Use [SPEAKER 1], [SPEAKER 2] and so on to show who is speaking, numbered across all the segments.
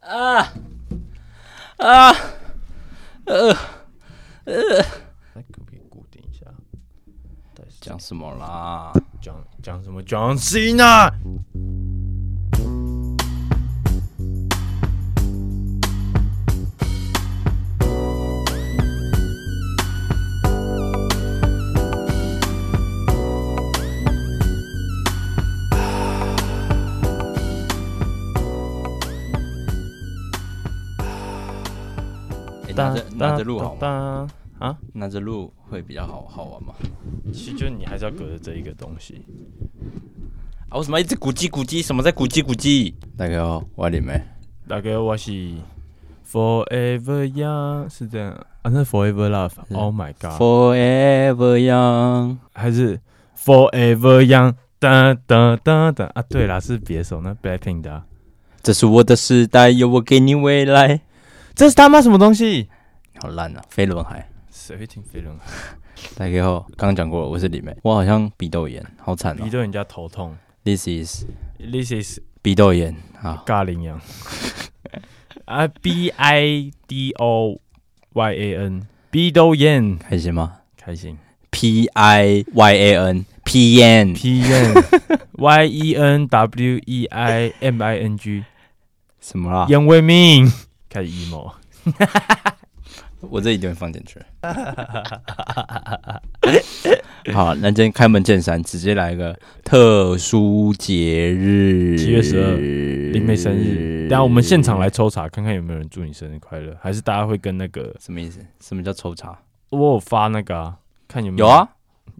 [SPEAKER 1] 啊啊呃呃，
[SPEAKER 2] 来隔壁固定一下。到底是
[SPEAKER 1] 讲什么啦？
[SPEAKER 2] 讲讲啊什么？John Cena。
[SPEAKER 1] 诶拿着拿着录好吗？
[SPEAKER 2] 吗？啊，
[SPEAKER 1] 拿着录会比较好好玩吗？
[SPEAKER 2] 其实就你还是要隔着这一个东西。
[SPEAKER 1] 啊，为什么一直咕叽咕叽？什么在咕叽咕叽？大家好，我李梅。
[SPEAKER 2] 大概我是 Forever Young 是这样啊？那 Forever Love。Oh my god！
[SPEAKER 1] Forever Young，
[SPEAKER 2] 还是 Forever Young。哒哒哒哒啊！对啦，是别首那 Blackpink 的啊、
[SPEAKER 1] 这是我的时代，有我给你未来。
[SPEAKER 2] 这是他妈什么东西？
[SPEAKER 1] 好烂啊！飞轮海。
[SPEAKER 2] 谁会听飞轮海？
[SPEAKER 1] 大家好，刚刚讲过了，我是李梅。我好像鼻窦炎，好惨哦
[SPEAKER 2] 逼。得人家头痛。
[SPEAKER 1] This is
[SPEAKER 2] This is
[SPEAKER 1] 鼻窦炎啊，
[SPEAKER 2] 尬羚羊啊，B I D O Y A N B D O Y N
[SPEAKER 1] 开心吗
[SPEAKER 2] 开心
[SPEAKER 1] ？P I Y A N P N
[SPEAKER 2] ，P N Y E N W E I M I N G
[SPEAKER 1] 什么啦？
[SPEAKER 2] 杨伟明开始 emo，
[SPEAKER 1] 我这一定会放进 去。好，那今天开门见山，直接来个特殊节日，
[SPEAKER 2] 7月12林妹生日，等下我们现场来抽查，看看有没有人祝你生日快乐，还是大家会跟那个
[SPEAKER 1] 什么意思？什么叫抽查？
[SPEAKER 2] 我有发那个、啊，看有没
[SPEAKER 1] 有
[SPEAKER 2] 有
[SPEAKER 1] 啊，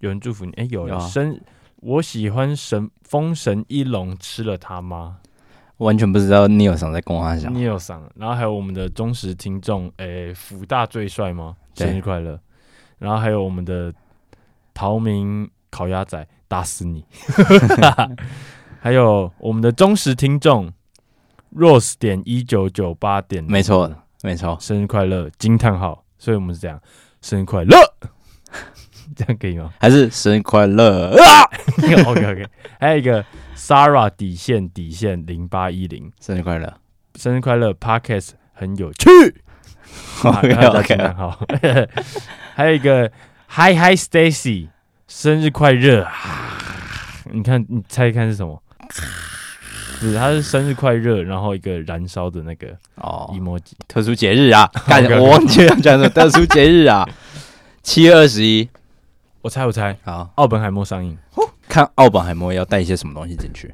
[SPEAKER 2] 有人祝福你，哎、有
[SPEAKER 1] 有
[SPEAKER 2] 人
[SPEAKER 1] 啊
[SPEAKER 2] 生，我喜欢神风神一龙吃了他妈。
[SPEAKER 1] 完全不知道你有想在跟我讲。
[SPEAKER 2] 你也有上，然后还有我们的忠实听众，诶，福大最帅吗？
[SPEAKER 1] 对
[SPEAKER 2] 生日快乐！然后还有我们的陶明烤鸭仔，打死 你！还有我们的忠实听众 rose 点一九九八点，
[SPEAKER 1] 没错，没错，
[SPEAKER 2] 生日快乐惊叹号！所以我们是这样，生日快乐， 这样可以吗
[SPEAKER 1] 还是生日快乐。啊
[SPEAKER 2] ？OK OK，还有一个 Sara 底线底线零八一零，
[SPEAKER 1] 生日快乐
[SPEAKER 2] 生日快乐 Podcast 很有趣。
[SPEAKER 1] ！OK
[SPEAKER 2] 很
[SPEAKER 1] OK，
[SPEAKER 2] 好。 还有一个 Hi Hi Stacy，生日快乐！ 你看，你猜看是什么？不是，他是生日快乐，然后一个燃烧的那个
[SPEAKER 1] 哦，
[SPEAKER 2] emoji。
[SPEAKER 1] 特殊节日啊， 干
[SPEAKER 2] OK，OK
[SPEAKER 1] 我忘记要讲什么特殊节日啊，七月二十一，
[SPEAKER 2] 我猜，我猜，
[SPEAKER 1] 好，
[SPEAKER 2] 奥本海默上映。
[SPEAKER 1] 看奥本海默要带一些什么东西进去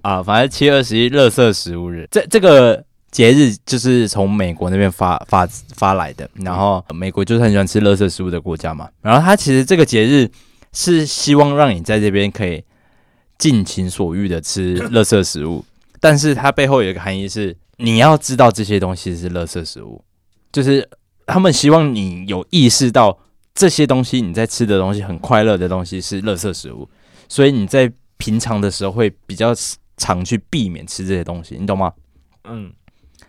[SPEAKER 1] 啊？反正七月二十一，乐色食物日，这这个节日就是从美国那边发发发来的，然后美国就是很喜欢吃乐色食物的国家嘛，然后它其实这个节日是希望让你在这边可以尽情所欲的吃乐色食 物，但是它背后有一个含义是，你要知道这些东西是乐色食物，就是他们希望你有意识到这些东西，你在吃的东西很快乐的东西是乐色食物，所以你在平常的时候会比较常去避免吃这些东西，你懂吗？
[SPEAKER 2] 嗯，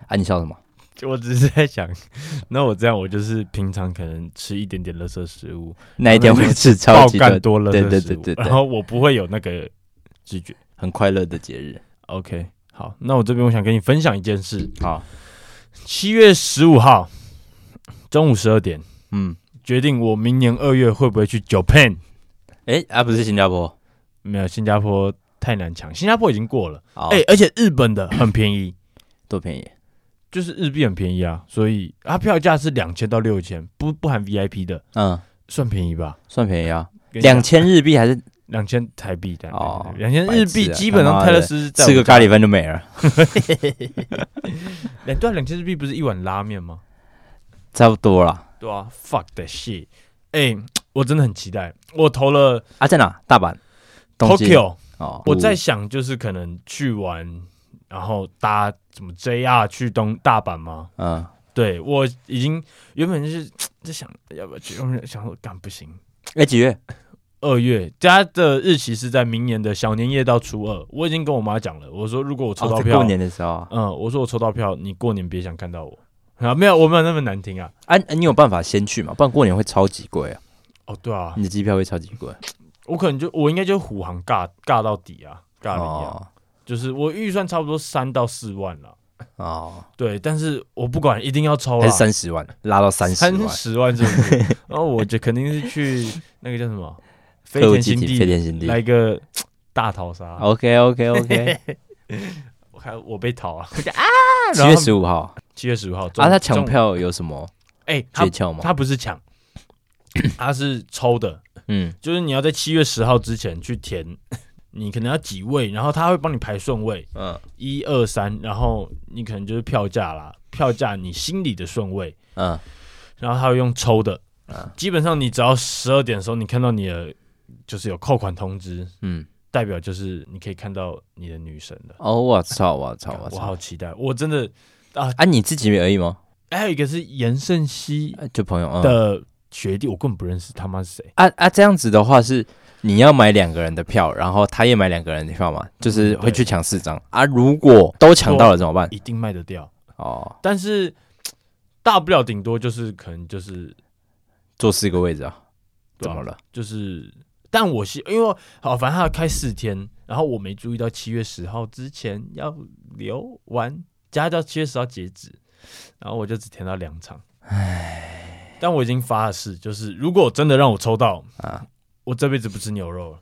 [SPEAKER 1] 啊，你笑什么？
[SPEAKER 2] 我只是在想， 那我这样，我就是平常可能吃一点点垃圾食物，
[SPEAKER 1] 那一天会吃超
[SPEAKER 2] 爆
[SPEAKER 1] 级
[SPEAKER 2] 干
[SPEAKER 1] 的
[SPEAKER 2] 多垃圾食
[SPEAKER 1] 对
[SPEAKER 2] 物，
[SPEAKER 1] 对对对对
[SPEAKER 2] 然后我不会有那个知觉。
[SPEAKER 1] 很快乐的节日。
[SPEAKER 2] OK，好，那我这边我想跟你分享一件事。
[SPEAKER 1] 好，
[SPEAKER 2] 七月十五号中午十二点，
[SPEAKER 1] 嗯，
[SPEAKER 2] 决定我明年二月会不会去 Japan。
[SPEAKER 1] 诶，啊，不是新加坡，
[SPEAKER 2] 没有，新加坡太难抢，新加坡已经过了。
[SPEAKER 1] 好，
[SPEAKER 2] 哎、而且日本的很便宜，
[SPEAKER 1] 多便宜，
[SPEAKER 2] 就是日币很便宜啊，所以它票价是两千到六千，不不含 VIP 的，
[SPEAKER 1] 嗯，
[SPEAKER 2] 算便宜吧？
[SPEAKER 1] 算便宜啊，两千日币还是
[SPEAKER 2] 两千台币的
[SPEAKER 1] 哦
[SPEAKER 2] 两千
[SPEAKER 1] 白
[SPEAKER 2] 日
[SPEAKER 1] 痴
[SPEAKER 2] 币
[SPEAKER 1] 啊
[SPEAKER 2] 基本
[SPEAKER 1] 他
[SPEAKER 2] 上
[SPEAKER 1] 妈
[SPEAKER 2] 泰勒
[SPEAKER 1] 的
[SPEAKER 2] 斯在
[SPEAKER 1] 吃
[SPEAKER 2] 我
[SPEAKER 1] 个
[SPEAKER 2] 家
[SPEAKER 1] 咖喱，饭就没了，
[SPEAKER 2] 两对两千日币不是一碗拉面吗？
[SPEAKER 1] 差不多啦。
[SPEAKER 2] 对啊，fuck that shit！哎、我真的很期待，我投了
[SPEAKER 1] 啊，在哪？大阪、东京
[SPEAKER 2] Tokyo。
[SPEAKER 1] 哦，
[SPEAKER 2] 我在想，就是可能去玩，然后搭什么 JR 去东大阪吗？
[SPEAKER 1] 嗯，
[SPEAKER 2] 对我已经原本就是在想要不要去，想说干不行。
[SPEAKER 1] 诶，几月？
[SPEAKER 2] 二月，家的日期是在明年的小年夜到初二。我已经跟我妈讲了，我说如果我抽到
[SPEAKER 1] 哦在
[SPEAKER 2] 票，
[SPEAKER 1] 过年的时候啊，
[SPEAKER 2] 嗯，我说我抽到票，你过年别想看到我啊，没有，我没有那么难听啊。
[SPEAKER 1] 啊，你有办法先去嘛？不然过年会超级贵啊，哦
[SPEAKER 2] 哦，对啊
[SPEAKER 1] 你，的机票会超级贵。
[SPEAKER 2] 我可能就我应该就虎航尬尬到底啊，尬了一样，
[SPEAKER 1] 哦，
[SPEAKER 2] 就是我预算差不多三到四万了。
[SPEAKER 1] 哦，
[SPEAKER 2] 对，但是我不管，一定要抽啊
[SPEAKER 1] 还
[SPEAKER 2] 了
[SPEAKER 1] 是，三十万，拉到三十
[SPEAKER 2] 三
[SPEAKER 1] 万，
[SPEAKER 2] 十万是不是？ 然后我就肯定是去那个叫什么飞
[SPEAKER 1] 客户
[SPEAKER 2] 天
[SPEAKER 1] 集
[SPEAKER 2] 新
[SPEAKER 1] 体
[SPEAKER 2] 地
[SPEAKER 1] 飞天新地。啊哦
[SPEAKER 2] 来个大逃杀，
[SPEAKER 1] OK OK OK，
[SPEAKER 2] 我看我被逃了，
[SPEAKER 1] 七月十五号
[SPEAKER 2] 七月十五号中
[SPEAKER 1] 啊，他
[SPEAKER 2] 中
[SPEAKER 1] 抢票有什么
[SPEAKER 2] 哎、
[SPEAKER 1] 诀
[SPEAKER 2] 他
[SPEAKER 1] 窍吗？
[SPEAKER 2] 他不是 抢，他是抽的，
[SPEAKER 1] 嗯，
[SPEAKER 2] 就是你要在七月十号之前去 填，你可能要几位，然后他会帮你排顺位，
[SPEAKER 1] 嗯
[SPEAKER 2] 一二三，然后你可能就是票价啦，票价你心里的顺位，
[SPEAKER 1] 嗯，
[SPEAKER 2] 然后他会用抽的
[SPEAKER 1] 嗯，
[SPEAKER 2] 基本上你只要十二点的时候，你看到你的就是有扣款通知，
[SPEAKER 1] 嗯，
[SPEAKER 2] 代表就是你可以看到你的女神了。
[SPEAKER 1] 哦，我操，我操，我
[SPEAKER 2] 我
[SPEAKER 1] 操！
[SPEAKER 2] 好期待，我真的
[SPEAKER 1] 啊，你自己而已吗？
[SPEAKER 2] 还有一个是严胜熙
[SPEAKER 1] 啊就朋友，嗯，
[SPEAKER 2] 的学弟，我根本不认识他妈是谁。
[SPEAKER 1] 啊啊，这样子的话是你要买两个人的票，然后他也买两个人的票嘛，
[SPEAKER 2] 嗯
[SPEAKER 1] 就是会去抢四张啊。如果都抢到了怎么办？
[SPEAKER 2] 一定卖得掉，
[SPEAKER 1] 哦，
[SPEAKER 2] 但是大不了顶多就是可能就是
[SPEAKER 1] 坐四个位置啊？
[SPEAKER 2] 对
[SPEAKER 1] 怎
[SPEAKER 2] 啊
[SPEAKER 1] 么了？
[SPEAKER 2] 就是，但我希因为好，反正他开四天，然后我没注意到七月十号之前要留完，加到七月十号截止，然后我就只填到两场，唉，但我已经发了誓，就是如果真的让我抽到
[SPEAKER 1] 啊
[SPEAKER 2] 啊，我这辈子不吃牛肉了，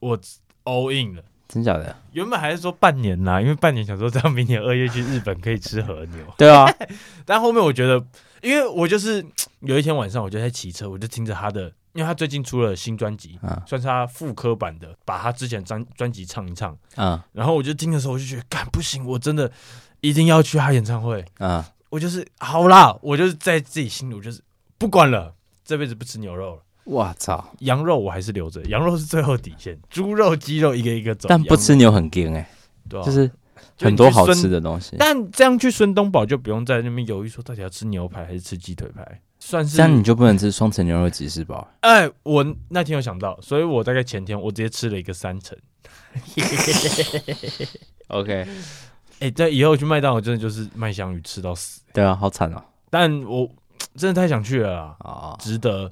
[SPEAKER 2] 我 all in 了。
[SPEAKER 1] 真假的？
[SPEAKER 2] 原本还是说半年啦，因为半年想说这样明年二月去日本可以吃和牛，
[SPEAKER 1] 对啊，
[SPEAKER 2] 但后面我觉得，因为我就是有一天晚上，我就在骑车，我就听着他的，因为他最近出了新专辑，
[SPEAKER 1] 啊
[SPEAKER 2] 算是他复刻版的，把他之前专专辑唱一唱。
[SPEAKER 1] 啊
[SPEAKER 2] 然后我就听的时候，我就觉得，干不行，我真的一定要去他演唱会。
[SPEAKER 1] 啊，
[SPEAKER 2] 我就是好啦，我就是在自己心里，我就是不管了，这辈子不吃牛肉了，
[SPEAKER 1] 我操！
[SPEAKER 2] 羊肉我还是留着，羊肉是最后底线，猪肉、鸡肉一个一个走，
[SPEAKER 1] 嗯但不吃牛很惊哎，
[SPEAKER 2] 羊对啊
[SPEAKER 1] 就是
[SPEAKER 2] 就
[SPEAKER 1] 很
[SPEAKER 2] 你
[SPEAKER 1] 多
[SPEAKER 2] 去
[SPEAKER 1] 好
[SPEAKER 2] 孙
[SPEAKER 1] 吃的东西。
[SPEAKER 2] 但这样去孙东宝就不用在那边犹豫，说到底要吃牛排还是吃鸡腿排，算是
[SPEAKER 1] 这样你就不能吃双层牛肉吉士堡，
[SPEAKER 2] 哎，我那天有想到，所以我大概前天我直接吃了一个三层。
[SPEAKER 1] OK，
[SPEAKER 2] 哎，在以后去麦当劳真的就是麦香鱼吃到死，
[SPEAKER 1] 对啊，好惨哦。
[SPEAKER 2] 但我真的太想去了啦，
[SPEAKER 1] 哦，
[SPEAKER 2] 值得。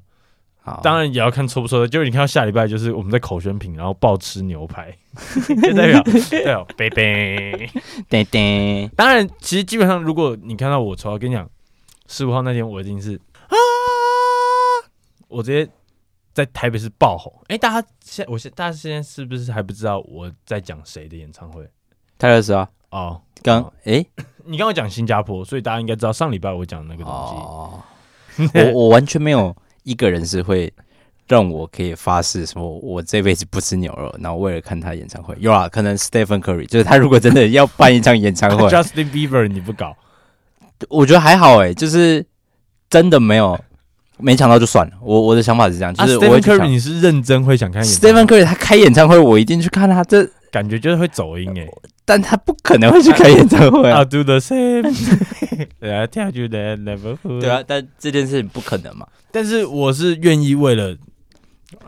[SPEAKER 1] 好，
[SPEAKER 2] 当然也要看抽不抽的，就是你看到下礼拜就是我们在口宣品，然后暴吃牛排，就代表代表贝贝。
[SPEAKER 1] 叮叮，
[SPEAKER 2] 当然，其实基本上如果你看到我抽，我跟你讲，十五号那天我一定是啊，我直接在台北市爆红。哎、大家现我现大家现在是不是还不知道我在讲谁的演唱会？
[SPEAKER 1] 泰勒斯啊，
[SPEAKER 2] 哦，
[SPEAKER 1] 刚
[SPEAKER 2] 哦
[SPEAKER 1] 诶，
[SPEAKER 2] 你刚刚讲新加坡，所以大家应该知道上礼拜我讲的那个东西。
[SPEAKER 1] 哦， 我我完全没有一个人是会让我可以发誓说我这辈子不吃牛肉，然后为了看他演唱会。有啊，可能 Stephen Curry 就是他如果真的要办一场演唱 会，
[SPEAKER 2] Justin Bieber 你不搞，
[SPEAKER 1] 我觉得还好诶、就是真的没有没抢到就算了。我我的想法是这样，就是
[SPEAKER 2] 啊
[SPEAKER 1] 我会
[SPEAKER 2] Stephen
[SPEAKER 1] 去抢
[SPEAKER 2] Curry 你是认真会想看演唱
[SPEAKER 1] Stephen
[SPEAKER 2] 会，
[SPEAKER 1] Curry 他开演唱会，我一定去看他这。
[SPEAKER 2] 感觉就是会走音哎、
[SPEAKER 1] 但他不可能会去开演唱会啊，
[SPEAKER 2] I'll do the same，来跳去 that neighborhood。
[SPEAKER 1] 对啊，，但这件事情不可能嘛。
[SPEAKER 2] 但是我是愿意为了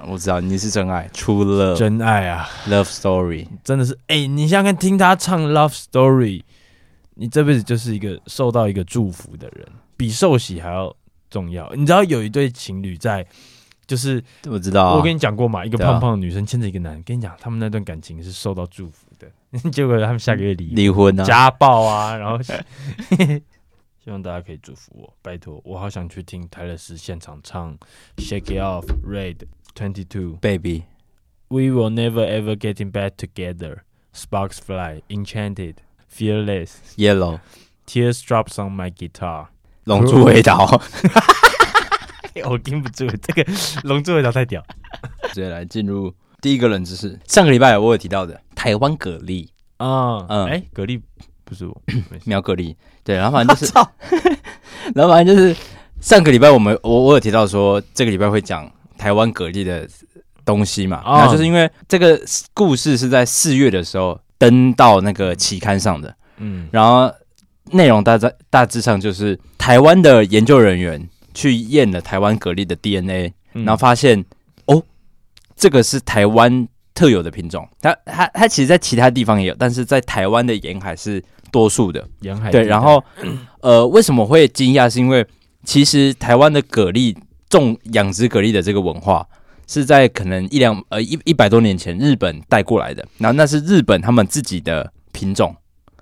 [SPEAKER 1] 我知道你是真爱，True Love
[SPEAKER 2] 真爱啊，
[SPEAKER 1] Love Story，
[SPEAKER 2] 真的是，哎、你想想看，听他唱《Love Story》，你这辈子就是一个受到一个祝福的人，比受洗还要重要。你知道有一对情侣在，就是、
[SPEAKER 1] 我知道啊。
[SPEAKER 2] 我跟你讲过嘛，一个
[SPEAKER 1] 对啊
[SPEAKER 2] 胖胖的女生牵着一个男，跟你讲，他们那段感情是受到祝福的， 结果他们下个月离，
[SPEAKER 1] 离婚啊，
[SPEAKER 2] 家暴啊，然后 希望大家可以祝福我，拜托，我好想去听泰勒斯现场唱《Shake It Off》Red Twenty Two。
[SPEAKER 1] baby。
[SPEAKER 2] We will never ever getting back together. Sparks fly, enchanted, fearless.
[SPEAKER 1] Yellow
[SPEAKER 2] Tears drops on my guitar.
[SPEAKER 1] 龙珠回岛， 哎
[SPEAKER 2] 我盯不住这个龙珠味道太屌。
[SPEAKER 1] 直接来进入第一个冷知识。上个礼拜我有提到的台湾蛤蜊，
[SPEAKER 2] 啊，
[SPEAKER 1] 嗯
[SPEAKER 2] 哎，蛤蜊不是我，没事
[SPEAKER 1] 苗蛤蜊，对，然后反正就是， 然后反正就是上个礼拜我们我我有提到说这个礼拜会讲台湾蛤蜊的东西嘛，
[SPEAKER 2] 哦
[SPEAKER 1] 然后就是因为这个故事是在四月的时候登到那个期刊上的，
[SPEAKER 2] 嗯
[SPEAKER 1] 然后内容大致大致上就是台湾的研究人员去验了台湾蛤蜊的 DNA，
[SPEAKER 2] 嗯
[SPEAKER 1] 然后发现哦，这个是台湾特有的品种。它它它其实，在其他地方也有，但是在台湾的沿海是多数的。
[SPEAKER 2] 沿海
[SPEAKER 1] 对，
[SPEAKER 2] 地带
[SPEAKER 1] 然后呃，为什么会惊讶？是因为其实台湾的蛤蜊种养殖蛤蜊的这个文化。是在可能一两呃一一百多年前日本带过来的，然后那是日本他们自己的品种，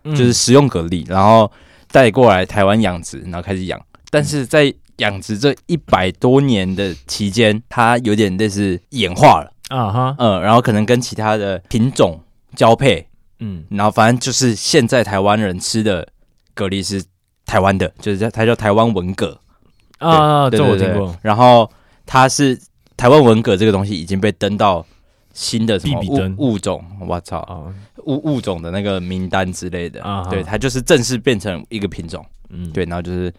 [SPEAKER 2] 嗯
[SPEAKER 1] 就是食用蛤蜊，然后带过来台湾养殖，然后开始养。但是在养殖这一百多年的期间，它有点类似演化了，
[SPEAKER 2] 啊哈，
[SPEAKER 1] 嗯，然后可能跟其他的品种交配，
[SPEAKER 2] 嗯
[SPEAKER 1] 然后反正就是现在台湾人吃的蛤蜊是台湾的，就是它它叫台湾文蛤，
[SPEAKER 2] 啊，
[SPEAKER 1] 对
[SPEAKER 2] 这我
[SPEAKER 1] 对
[SPEAKER 2] 听
[SPEAKER 1] 对
[SPEAKER 2] 过，
[SPEAKER 1] 然后它是台湾文蛤这个东西已经被登到新的什么
[SPEAKER 2] 必比登
[SPEAKER 1] 物物种，我操，
[SPEAKER 2] 啊，
[SPEAKER 1] 物物种的那个名单之类的
[SPEAKER 2] 啊哈
[SPEAKER 1] 对，它就是正式变成一个品种，
[SPEAKER 2] 嗯，
[SPEAKER 1] 对，然后就是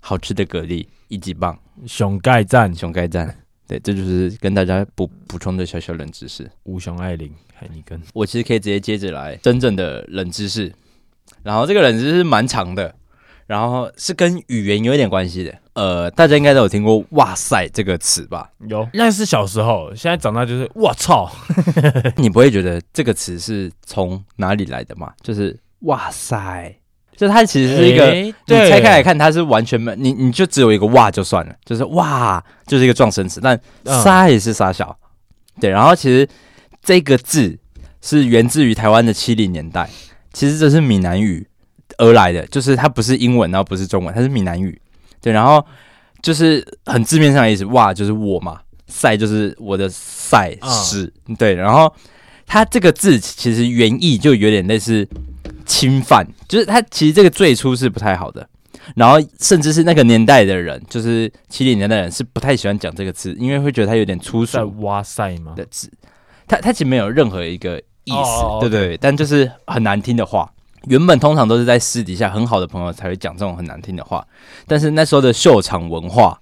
[SPEAKER 1] 好吃的蛤蜊一级棒，
[SPEAKER 2] 熊盖赞
[SPEAKER 1] 熊盖赞，对，这就是跟大家补补充的小小冷知识。
[SPEAKER 2] 无熊艾琳海尼根，
[SPEAKER 1] 我其实可以直接接着来真正的冷知识，然后这个冷知识蛮长的，然后是跟语言有一点关系的，呃，大家应该都有听过“哇塞”这个词 吧？
[SPEAKER 2] 有，那是小时候，现在长大就是我操，
[SPEAKER 1] 你不会觉得这个词是从哪里来的吗？就是哇塞，就它其实是一个，
[SPEAKER 2] 诶
[SPEAKER 1] 你
[SPEAKER 2] 对
[SPEAKER 1] 拆开来看，它是完全没你你就只有一个哇就算了，就是哇就是一个撞声词，但
[SPEAKER 2] 嗯
[SPEAKER 1] 沙也是沙小，对。然后其实这个字是源自于台湾的七零年代，其实这是闽南语而来的，就是它不是英文，然后不是中文，它是闽南语，对。然后就是很字面上的意思，哇就是我嘛，赛就是我的赛
[SPEAKER 2] 嗯
[SPEAKER 1] 事，对。然后它这个字其实原意就有点类似侵犯，就是它其实这个最初是不太好的。然后，甚至是那个年代的人，就是七零年代的人是不太喜欢讲这个字，因为会觉得它有点粗
[SPEAKER 2] 在
[SPEAKER 1] 俗
[SPEAKER 2] 哇塞吗？
[SPEAKER 1] 的字。它它其实没有任何一个意思，
[SPEAKER 2] 哦哦
[SPEAKER 1] 对对对，但就是很难听的话。原本通常都是在私底下很好的朋友才会讲这种很难听的话，但是那时候的秀场文化，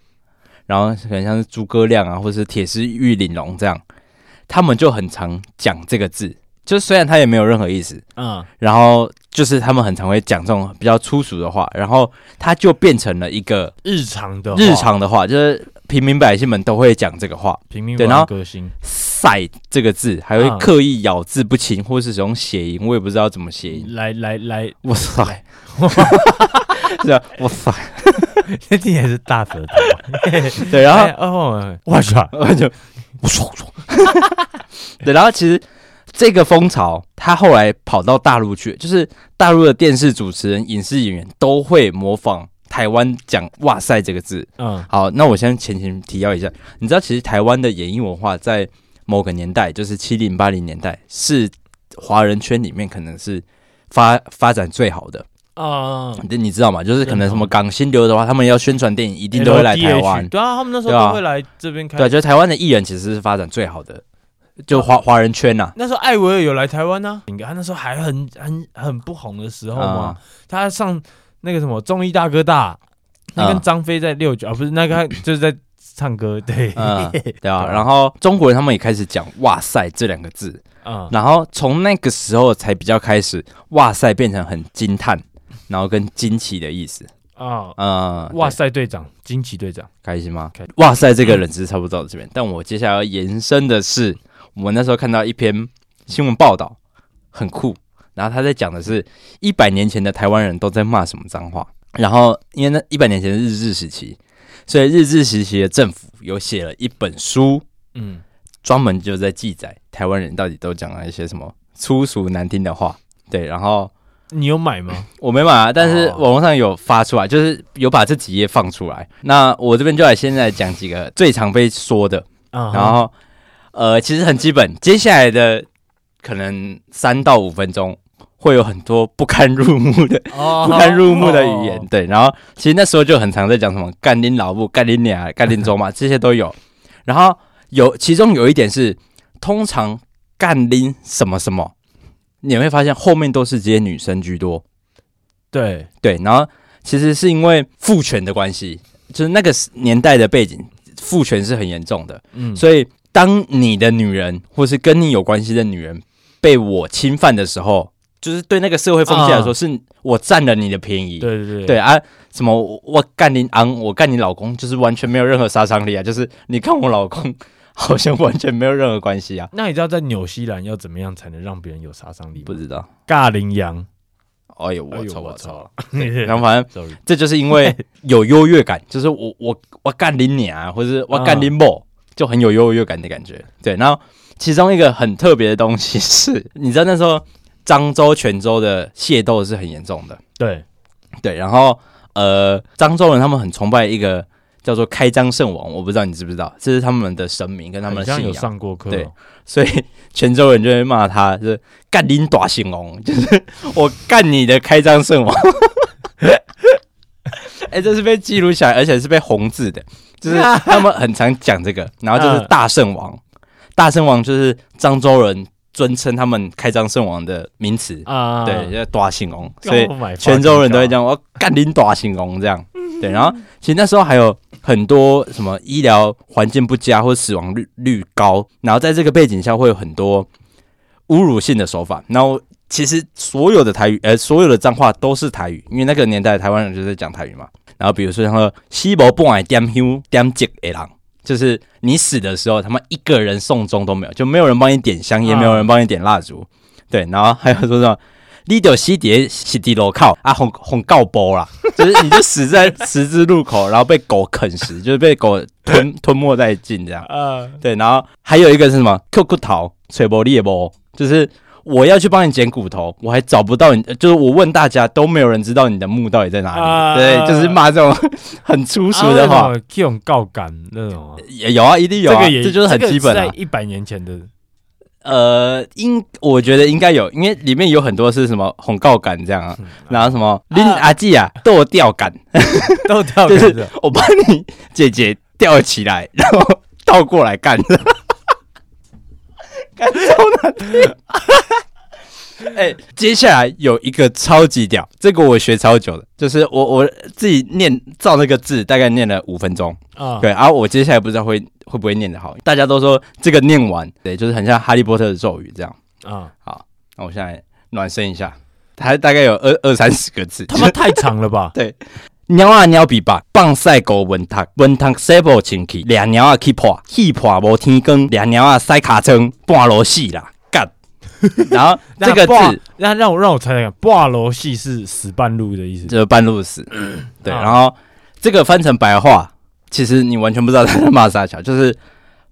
[SPEAKER 1] 然后可能像是诸葛亮啊，或是铁狮玉玲珑这样，他们就很常讲这个字，就是虽然他也没有任何意思，
[SPEAKER 2] 嗯，
[SPEAKER 1] 然后就是他们很常会讲这种比较粗俗的话，然后它就变成了一个
[SPEAKER 2] 日常的话
[SPEAKER 1] 日常的话，就是平民百姓们都会讲这个话。
[SPEAKER 2] 平民
[SPEAKER 1] 对
[SPEAKER 2] 化
[SPEAKER 1] 然
[SPEAKER 2] 的
[SPEAKER 1] 后
[SPEAKER 2] 歌星，
[SPEAKER 1] 赛这个字，还
[SPEAKER 2] 嗯
[SPEAKER 1] 会刻意咬字不清，或是使用谐音，我也不知道怎么谐音。
[SPEAKER 2] 来来 来，
[SPEAKER 1] 哇塞！ 是啊，哇塞！
[SPEAKER 2] 这也是大舌头，
[SPEAKER 1] 对，然后
[SPEAKER 2] 哎 哦，我去，
[SPEAKER 1] 我就我说我说，对，然后其实这个风潮，他后来跑到大陆去，就是大陆的电视主持人、影视演员都会模仿台湾讲“哇塞”这个字。
[SPEAKER 2] 嗯
[SPEAKER 1] 好，那我先前情提要一下，你知道其实台湾的演艺文化在某个年代，就是七零八零年代，是华人圈里面可能是发发展最好的。
[SPEAKER 2] 啊，
[SPEAKER 1] 你你知道吗？就是可能什么港星流的话，他们要宣传电影，一
[SPEAKER 2] 一
[SPEAKER 1] 定都会来台湾。
[SPEAKER 2] 对啊，他们那时
[SPEAKER 1] 对
[SPEAKER 2] 候
[SPEAKER 1] 啊
[SPEAKER 2] 都会来这边开
[SPEAKER 1] 对，就是台湾的艺人其实是发展最好的，就华华人圈 呐、
[SPEAKER 2] 那时候艾维尔有来台湾呢、啊，他那时候还很很很不红的时
[SPEAKER 1] 啊，
[SPEAKER 2] 候嘛，他上那个什么综艺大哥大，他跟
[SPEAKER 1] 嗯
[SPEAKER 2] 张飞在六九、啊，不是那 个他就是在唱歌，对，
[SPEAKER 1] 嗯，对啊。
[SPEAKER 2] 对
[SPEAKER 1] 然后中国人他们也开始讲“哇塞”这两个字，
[SPEAKER 2] 啊
[SPEAKER 1] 然后从那个时候才比较开始“哇塞”变成很惊叹，然后跟惊奇的意思。
[SPEAKER 2] 啊，
[SPEAKER 1] 嗯，
[SPEAKER 2] 哇
[SPEAKER 1] 对，
[SPEAKER 2] 塞队长，惊奇队长，
[SPEAKER 1] 开心吗
[SPEAKER 2] 开心？
[SPEAKER 1] 哇塞，这个冷知识差不多到这边，但我接下来要延伸的是，我那时候看到一篇新闻报道，很酷。然后他在讲的是一百年前的台湾人都在骂什么脏话。然后因为那一百年前是日治时期，所以日治时期的政府有写了一本书，
[SPEAKER 2] 嗯，
[SPEAKER 1] 专门就在记载台湾人到底都讲了一些什么粗俗难听的话。对，然后
[SPEAKER 2] 你有买吗？
[SPEAKER 1] 我没买啊，但是
[SPEAKER 2] 哦
[SPEAKER 1] 网络上有发出来，就是有把这几页放出来。那我这边就来先来讲几个最常被说的，
[SPEAKER 2] 啊，
[SPEAKER 1] 然后呃，其实很基本。接下来的可能三到五分钟会有很多不堪入目的、
[SPEAKER 2] 哦
[SPEAKER 1] 不堪入目的语言，，对。然后其实那时候就很常在讲什么干林老布、干林娘、干林周嘛，这些都有。然后有其中有一点是，通常干林什么什么，你会发现后面都是这些女生居多。
[SPEAKER 2] 对，
[SPEAKER 1] 对，然后其实是因为父权的关系，就是那个时年代的背景，父权是很严重的，
[SPEAKER 2] 嗯，
[SPEAKER 1] 所以当你的女人或是跟你有关系的女人被我侵犯的时候，就是对那个社会风气来说，
[SPEAKER 2] 啊
[SPEAKER 1] 是我占了你的便宜。
[SPEAKER 2] 对对对
[SPEAKER 1] 对，啊，什么我我干你昂，我干你老公，就是完全没有任何杀伤力啊！就是你看我老公， 好像完全没有任何关系啊。
[SPEAKER 2] 那你知道在纽西兰要怎么样才能让别人有杀伤力
[SPEAKER 1] 不
[SPEAKER 2] 吗？
[SPEAKER 1] 知道，
[SPEAKER 2] 尬羚羊，
[SPEAKER 1] 哎呦
[SPEAKER 2] 哎
[SPEAKER 1] 我
[SPEAKER 2] 呦
[SPEAKER 1] 操
[SPEAKER 2] 我
[SPEAKER 1] 我操！
[SPEAKER 2] 操 对
[SPEAKER 1] 然后反正
[SPEAKER 2] ，sorry，
[SPEAKER 1] 这就是 因为有优越感，就是我我我干你娘，啊或
[SPEAKER 2] 啊
[SPEAKER 1] 是我干你某，就很 有优越感的感觉。对，然后其中一个很特别的东西是，你知道那时候漳州、泉州的械斗是很严重的。
[SPEAKER 2] 对，
[SPEAKER 1] 对，然后呃，漳州人他们很崇拜一个叫做开漳圣王，我不知道你知不知道，这是他们的神明跟他们
[SPEAKER 2] 好
[SPEAKER 1] 的
[SPEAKER 2] 像
[SPEAKER 1] 信
[SPEAKER 2] 有
[SPEAKER 1] 仰，
[SPEAKER 2] 上过课哦，
[SPEAKER 1] 对所以泉州人就会骂他就是干你大姓王， 就是我干你的开漳圣王。 哎、这是被记录下来，而且是被红字的，就是他们很常讲这个，然后就是大圣王，大圣王就是漳州人尊称他们开漳圣王的名词，
[SPEAKER 2] 啊，
[SPEAKER 1] 对，叫大姓王，所以
[SPEAKER 2] Oh my
[SPEAKER 1] 泉州人都会
[SPEAKER 2] fucking
[SPEAKER 1] 讲我干林大形容这样。对，然后其实那时候还有很多什么医疗环境不佳或死亡率率高，然后在这个背景下会有很多侮辱性的手法。然后其实所有的台语，呃，所有的脏话都是台语，因为那个年代台湾人就在讲台语嘛。然后比如说像说西伯半矮点香点吉的人，就是你死的时候，他们一个人送终都没有，就没有人帮你点香，也没有人帮你点蜡烛。对，然后还有说什么你就死伫死伫路口啊，红红告包啦， 就是你就死在十字路口，然后被狗啃食，就是被狗吞 吞没殆尽这样。
[SPEAKER 2] 高，
[SPEAKER 1] 对，然后还有一个是什么？扣骨头，吹波裂波，就是我要去帮你捡骨头，我还找不到你，呃就是我问大家都没有人知道你的墓到底在哪里。
[SPEAKER 2] 啊
[SPEAKER 1] 对，就是骂这种 很粗
[SPEAKER 2] 不
[SPEAKER 1] 俗的话，，
[SPEAKER 2] 这种告感那啊种啊，
[SPEAKER 1] 也有啊，一定有
[SPEAKER 2] 这
[SPEAKER 1] 啊，
[SPEAKER 2] 个也
[SPEAKER 1] 就是很基本
[SPEAKER 2] 这个
[SPEAKER 1] 啊
[SPEAKER 2] 是。在一百年前的
[SPEAKER 1] 呃，应我觉得应该有，因为里面有很多是什么红告感这样啊，哦然后什么拎阿季 啊剁掉感，
[SPEAKER 2] 都掉
[SPEAKER 1] 就
[SPEAKER 2] 感
[SPEAKER 1] 是
[SPEAKER 2] 的，
[SPEAKER 1] 我把你姐姐吊起来，然后倒过来干 的，干超难听。 哎、接下来有一个超级屌，这个我学超久的，就是我我自己念照那个字，大概念了五分钟。
[SPEAKER 2] 啊，
[SPEAKER 1] 对，然、后我接下来不知道会会不会念得好，大家都说这个念完，对，就是很像哈利波特的咒语这样。
[SPEAKER 2] 啊，
[SPEAKER 1] 那我现在暖身一下，它大概有二二三十个字。？
[SPEAKER 2] 他妈太长了吧
[SPEAKER 1] 猫啊猫比吧，放晒狗文读，文读洗无清气，俩猫啊去破，去破无天光，俩猫啊塞卡窗，半路死啦， 干。然后这个
[SPEAKER 2] 那
[SPEAKER 1] 字
[SPEAKER 2] 霸，让让我让我猜猜看，挂楼戏是死半路的意思，
[SPEAKER 1] 就是半路死，对。
[SPEAKER 2] 啊
[SPEAKER 1] 然后这个翻成白话，其实你完全不知道他在骂啥桥，就是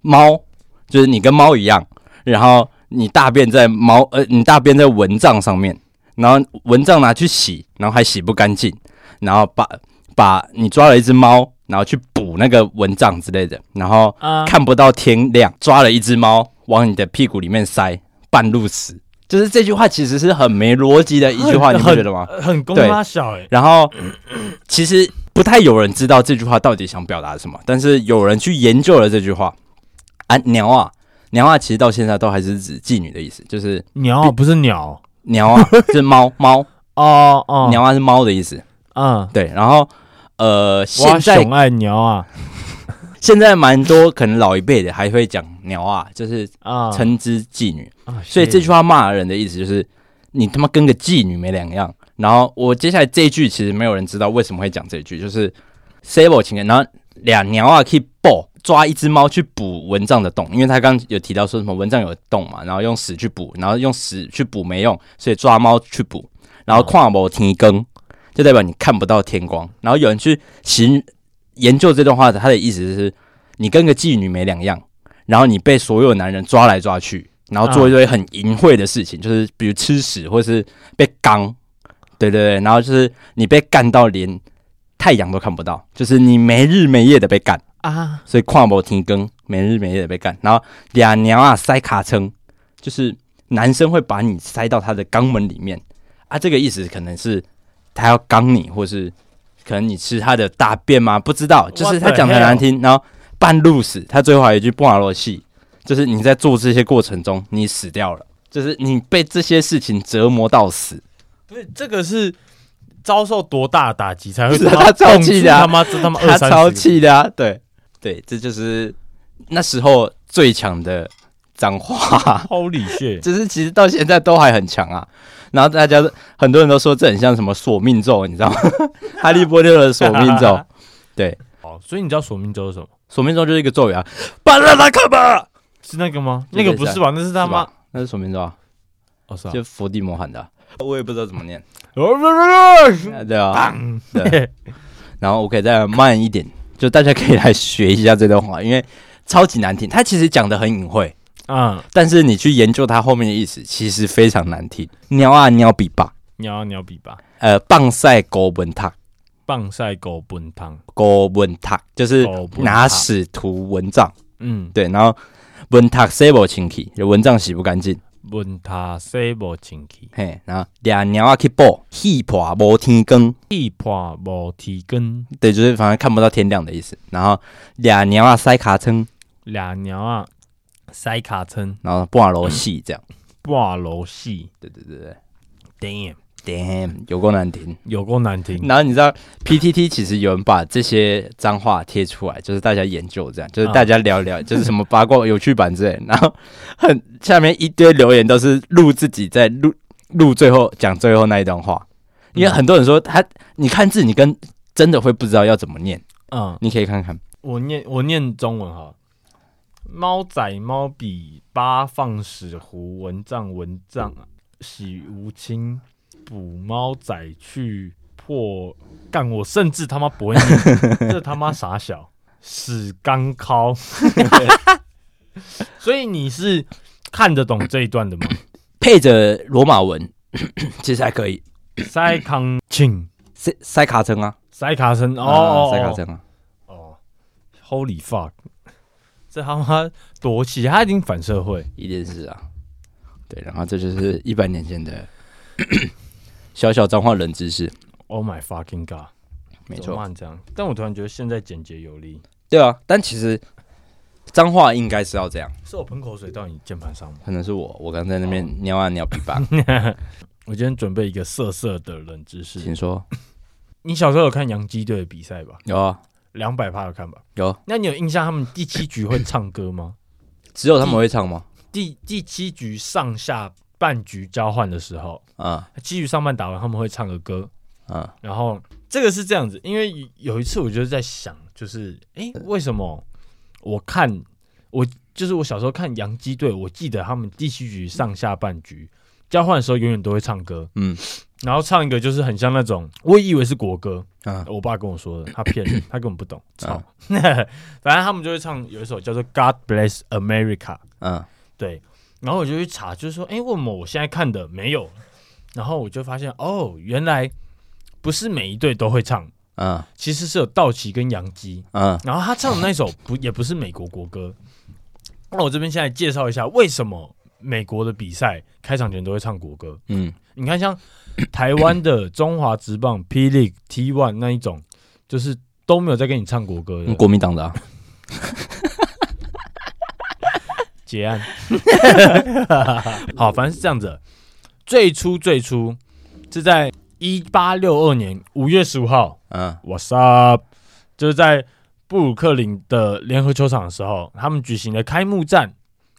[SPEAKER 1] 猫，就是你跟猫一样，然后你大便在猫呃，你大便在蚊帐上面，然后蚊帐拿去洗，然后还洗不干净，然后把把你抓了一只猫，然后去补那个蚊帐之类的，然后
[SPEAKER 2] 啊
[SPEAKER 1] 看不到天亮，抓了一只猫往你的屁股里面塞，半路死。就是这句话其实是很没逻辑的一句话，
[SPEAKER 2] 很
[SPEAKER 1] 你不觉得吗？
[SPEAKER 2] 很很公
[SPEAKER 1] 对
[SPEAKER 2] 拉小哎，
[SPEAKER 1] 然后其实不太有人知道这句话到底想表达什么，但是有人去研究了这句话。啊，鸟啊，鸟啊，其实到现在都还是指妓女的意思，就是
[SPEAKER 2] 鸟啊不是鸟
[SPEAKER 1] 鸟啊，就是猫猫，
[SPEAKER 2] 哦哦，
[SPEAKER 1] 鸟啊是猫的意思。
[SPEAKER 2] 嗯，
[SPEAKER 1] 对，然后呃，现
[SPEAKER 2] 哇，
[SPEAKER 1] 在
[SPEAKER 2] 熊爱鸟啊
[SPEAKER 1] 现在蛮多可能老一辈的还会讲鸟啊，就是
[SPEAKER 2] 啊，
[SPEAKER 1] 称之妓女。
[SPEAKER 2] 啊
[SPEAKER 1] 所以
[SPEAKER 2] 谢
[SPEAKER 1] 这句话骂人的意思就是你他妈跟个妓女没两样。然后我接下来这一句其实没有人知道为什么会讲这一句，就是 sable 情人，然后俩鸟啊可以抱抓一只猫去补蚊帐的洞，因为他刚刚有提到说什么蚊帐有洞嘛，然后用屎去补，然后用屎去补没用，所以抓猫去补，然后跨某天更，就代表你看不到天光。然后有人去行研究这段话的，他的意思是你跟个妓女没两样，然后你被所有男人抓来抓去，然后做一堆很淫秽的事情，就是比如吃屎或是被刚，对对对，然后就是你被干到连太阳都看不到，就是你没日没夜的被干，
[SPEAKER 2] 啊，
[SPEAKER 1] 所以跨某停更，没日没夜的被干，然后俩娘啊塞卡称，就是男生会把你塞到他的肛门里面啊，这个意思可能是他要肛你，或是可能你吃他的大便吗？不知道，就是
[SPEAKER 2] What the
[SPEAKER 1] 他讲的很难听，然后半路死，他最后还有一句不瓦罗戏，就是你在做这些过程中你死掉了，就是你被这些事情折磨到死，
[SPEAKER 2] 不是这个是遭受多大的打击才会
[SPEAKER 1] 不是
[SPEAKER 2] 他
[SPEAKER 1] 啊
[SPEAKER 2] 妈
[SPEAKER 1] 他超气的啊
[SPEAKER 2] 蹦出他妈这他妈
[SPEAKER 1] 他
[SPEAKER 2] 二三
[SPEAKER 1] 超
[SPEAKER 2] 十个
[SPEAKER 1] 气的啊，对对，这就是那时候最强的脏话。
[SPEAKER 2] ，Holy shit！
[SPEAKER 1] 就是其实到现在都还很强啊。然后大家很多人都说这很像什么索命咒，你知道吗？哈利波特的索命 咒，对，
[SPEAKER 2] 哦，所以你知道索命咒是什么？
[SPEAKER 1] 索命咒就是一个咒语啊，巴拉拉卡巴，
[SPEAKER 2] 是那个吗？
[SPEAKER 1] 就
[SPEAKER 2] 那
[SPEAKER 1] 是
[SPEAKER 2] 个不是吧？那是他
[SPEAKER 1] 是
[SPEAKER 2] 妈
[SPEAKER 1] 吧？那是索命咒啊，
[SPEAKER 2] 哦，是啊
[SPEAKER 1] 就伏地魔喊的啊、 我也不知道怎么念，
[SPEAKER 2] 哦
[SPEAKER 1] 啊对啊，对。然后我可以再慢一点，就大家可以来学一下这段话，因为超级难听。他其实讲的很隐晦，
[SPEAKER 2] 嗯，
[SPEAKER 1] 但是你去研究它后面的意思，其实非常难听。鸟啊鸟比吧，
[SPEAKER 2] 鸟鸟比吧，
[SPEAKER 1] 呃，棒晒狗文塔，
[SPEAKER 2] 棒晒狗本汤，
[SPEAKER 1] 狗文塔就是
[SPEAKER 2] 狗文塔
[SPEAKER 1] 拿屎涂蚊帐，
[SPEAKER 2] 嗯，
[SPEAKER 1] 对，然后文塔洗不清气，就蚊帐洗不干净，
[SPEAKER 2] 问他洗无清气，
[SPEAKER 1] 嘿，然后俩鸟啊去抱，气破无天光，
[SPEAKER 2] 一破无提根，
[SPEAKER 1] 对，就是反正看不到天亮的意思。然后俩鸟啊塞卡称，
[SPEAKER 2] 俩鸟啊塞卡称，
[SPEAKER 1] 然后半楼戏这样，
[SPEAKER 2] 挂楼戏
[SPEAKER 1] 对对对对
[SPEAKER 2] ，damn，
[SPEAKER 1] ，damn，有够难听。
[SPEAKER 2] 有够难听，
[SPEAKER 1] 然后你知道 PTT 其实有人把这些脏话贴出来，就是大家研究这样，就是大家聊一聊，就是什么八卦有趣版之类的。然后很下面一堆留言都是录自己在录录最后讲最后那一段话，因为很多人说他你看字你跟真的会不知道要怎么念，
[SPEAKER 2] 嗯。
[SPEAKER 1] 你可以看看
[SPEAKER 2] 我念我念中文哈，猫仔猫比八放屎狐蚊帐蚊帐啊
[SPEAKER 1] 嗯
[SPEAKER 2] 洗无清捕猫仔去破干，我甚至他妈不会 念，这他妈傻小屎刚敲， 所以你是看得懂这一段的吗？
[SPEAKER 1] 配着罗马文， 其实还可以。
[SPEAKER 2] 塞康庆
[SPEAKER 1] 塞塞卡称啊，
[SPEAKER 2] 塞卡森哦
[SPEAKER 1] 啊
[SPEAKER 2] 哦
[SPEAKER 1] 塞卡
[SPEAKER 2] 哦
[SPEAKER 1] 称啊，
[SPEAKER 2] 哦，Holy fuck！这他妈多气，他已经反社会。
[SPEAKER 1] 一定是啊。对，然后这就是一百年前的 小小脏话冷知识，
[SPEAKER 2] Oh my fucking god！
[SPEAKER 1] 没
[SPEAKER 2] 怎么
[SPEAKER 1] 错。
[SPEAKER 2] 办这样，但我突然觉得现在简洁有力。
[SPEAKER 1] 对啊，但其实脏话应该是要这样，
[SPEAKER 2] 是我喷口水到你键盘上吗？
[SPEAKER 1] 可能是我，我刚在那边尿啊尿屁吧，
[SPEAKER 2] 我今天准备一个色色的冷知识。
[SPEAKER 1] 请说。
[SPEAKER 2] 你小时候有看洋基队的比赛吧？
[SPEAKER 1] 有啊
[SPEAKER 2] 两百趴有看吧？
[SPEAKER 1] 有，
[SPEAKER 2] 那你有印象他们第七局会唱歌吗？
[SPEAKER 1] 只有他们会唱吗？
[SPEAKER 2] 第第七局上下半局交换的时候，
[SPEAKER 1] 啊
[SPEAKER 2] 七局上半打完他们会唱个歌，
[SPEAKER 1] 啊
[SPEAKER 2] 然后这个是这样子，因为有一次我就是在想，就是诶，
[SPEAKER 1] 呃
[SPEAKER 2] 为什么我看我就是我小时候看洋基队，我记得他们第七局上下半局交换的时候永远都会唱歌，
[SPEAKER 1] 嗯
[SPEAKER 2] 然后唱一个就是很像那种，我以为是国歌，
[SPEAKER 1] 啊
[SPEAKER 2] 我爸跟我说的，他骗人，他根本不懂，操
[SPEAKER 1] 啊，
[SPEAKER 2] 反正他们就会唱有一首叫做《God Bless America》，
[SPEAKER 1] 啊
[SPEAKER 2] 对，然后我就去查，就是说，哎，为什么我现在看的没有？然后我就发现，哦，原来不是每一队都会唱，
[SPEAKER 1] 啊
[SPEAKER 2] 其实是有道奇跟洋基。
[SPEAKER 1] 啊！
[SPEAKER 2] 然后他唱的那首不也不是美国国歌。那我这边现在介绍一下，为什么美国的比赛开场前都会唱国歌？
[SPEAKER 1] 嗯
[SPEAKER 2] 你看，像台湾的中华职棒、霹雳、T One 那一种，就是都没有在跟你唱国歌的。
[SPEAKER 1] 国民党的啊，
[SPEAKER 2] 结案。 好，反正是这样子的。最初最初是在一八六二年五月十五号
[SPEAKER 1] 嗯
[SPEAKER 2] ，What's up？就是在布鲁克林的联合球场的时候，他们举行了开幕战，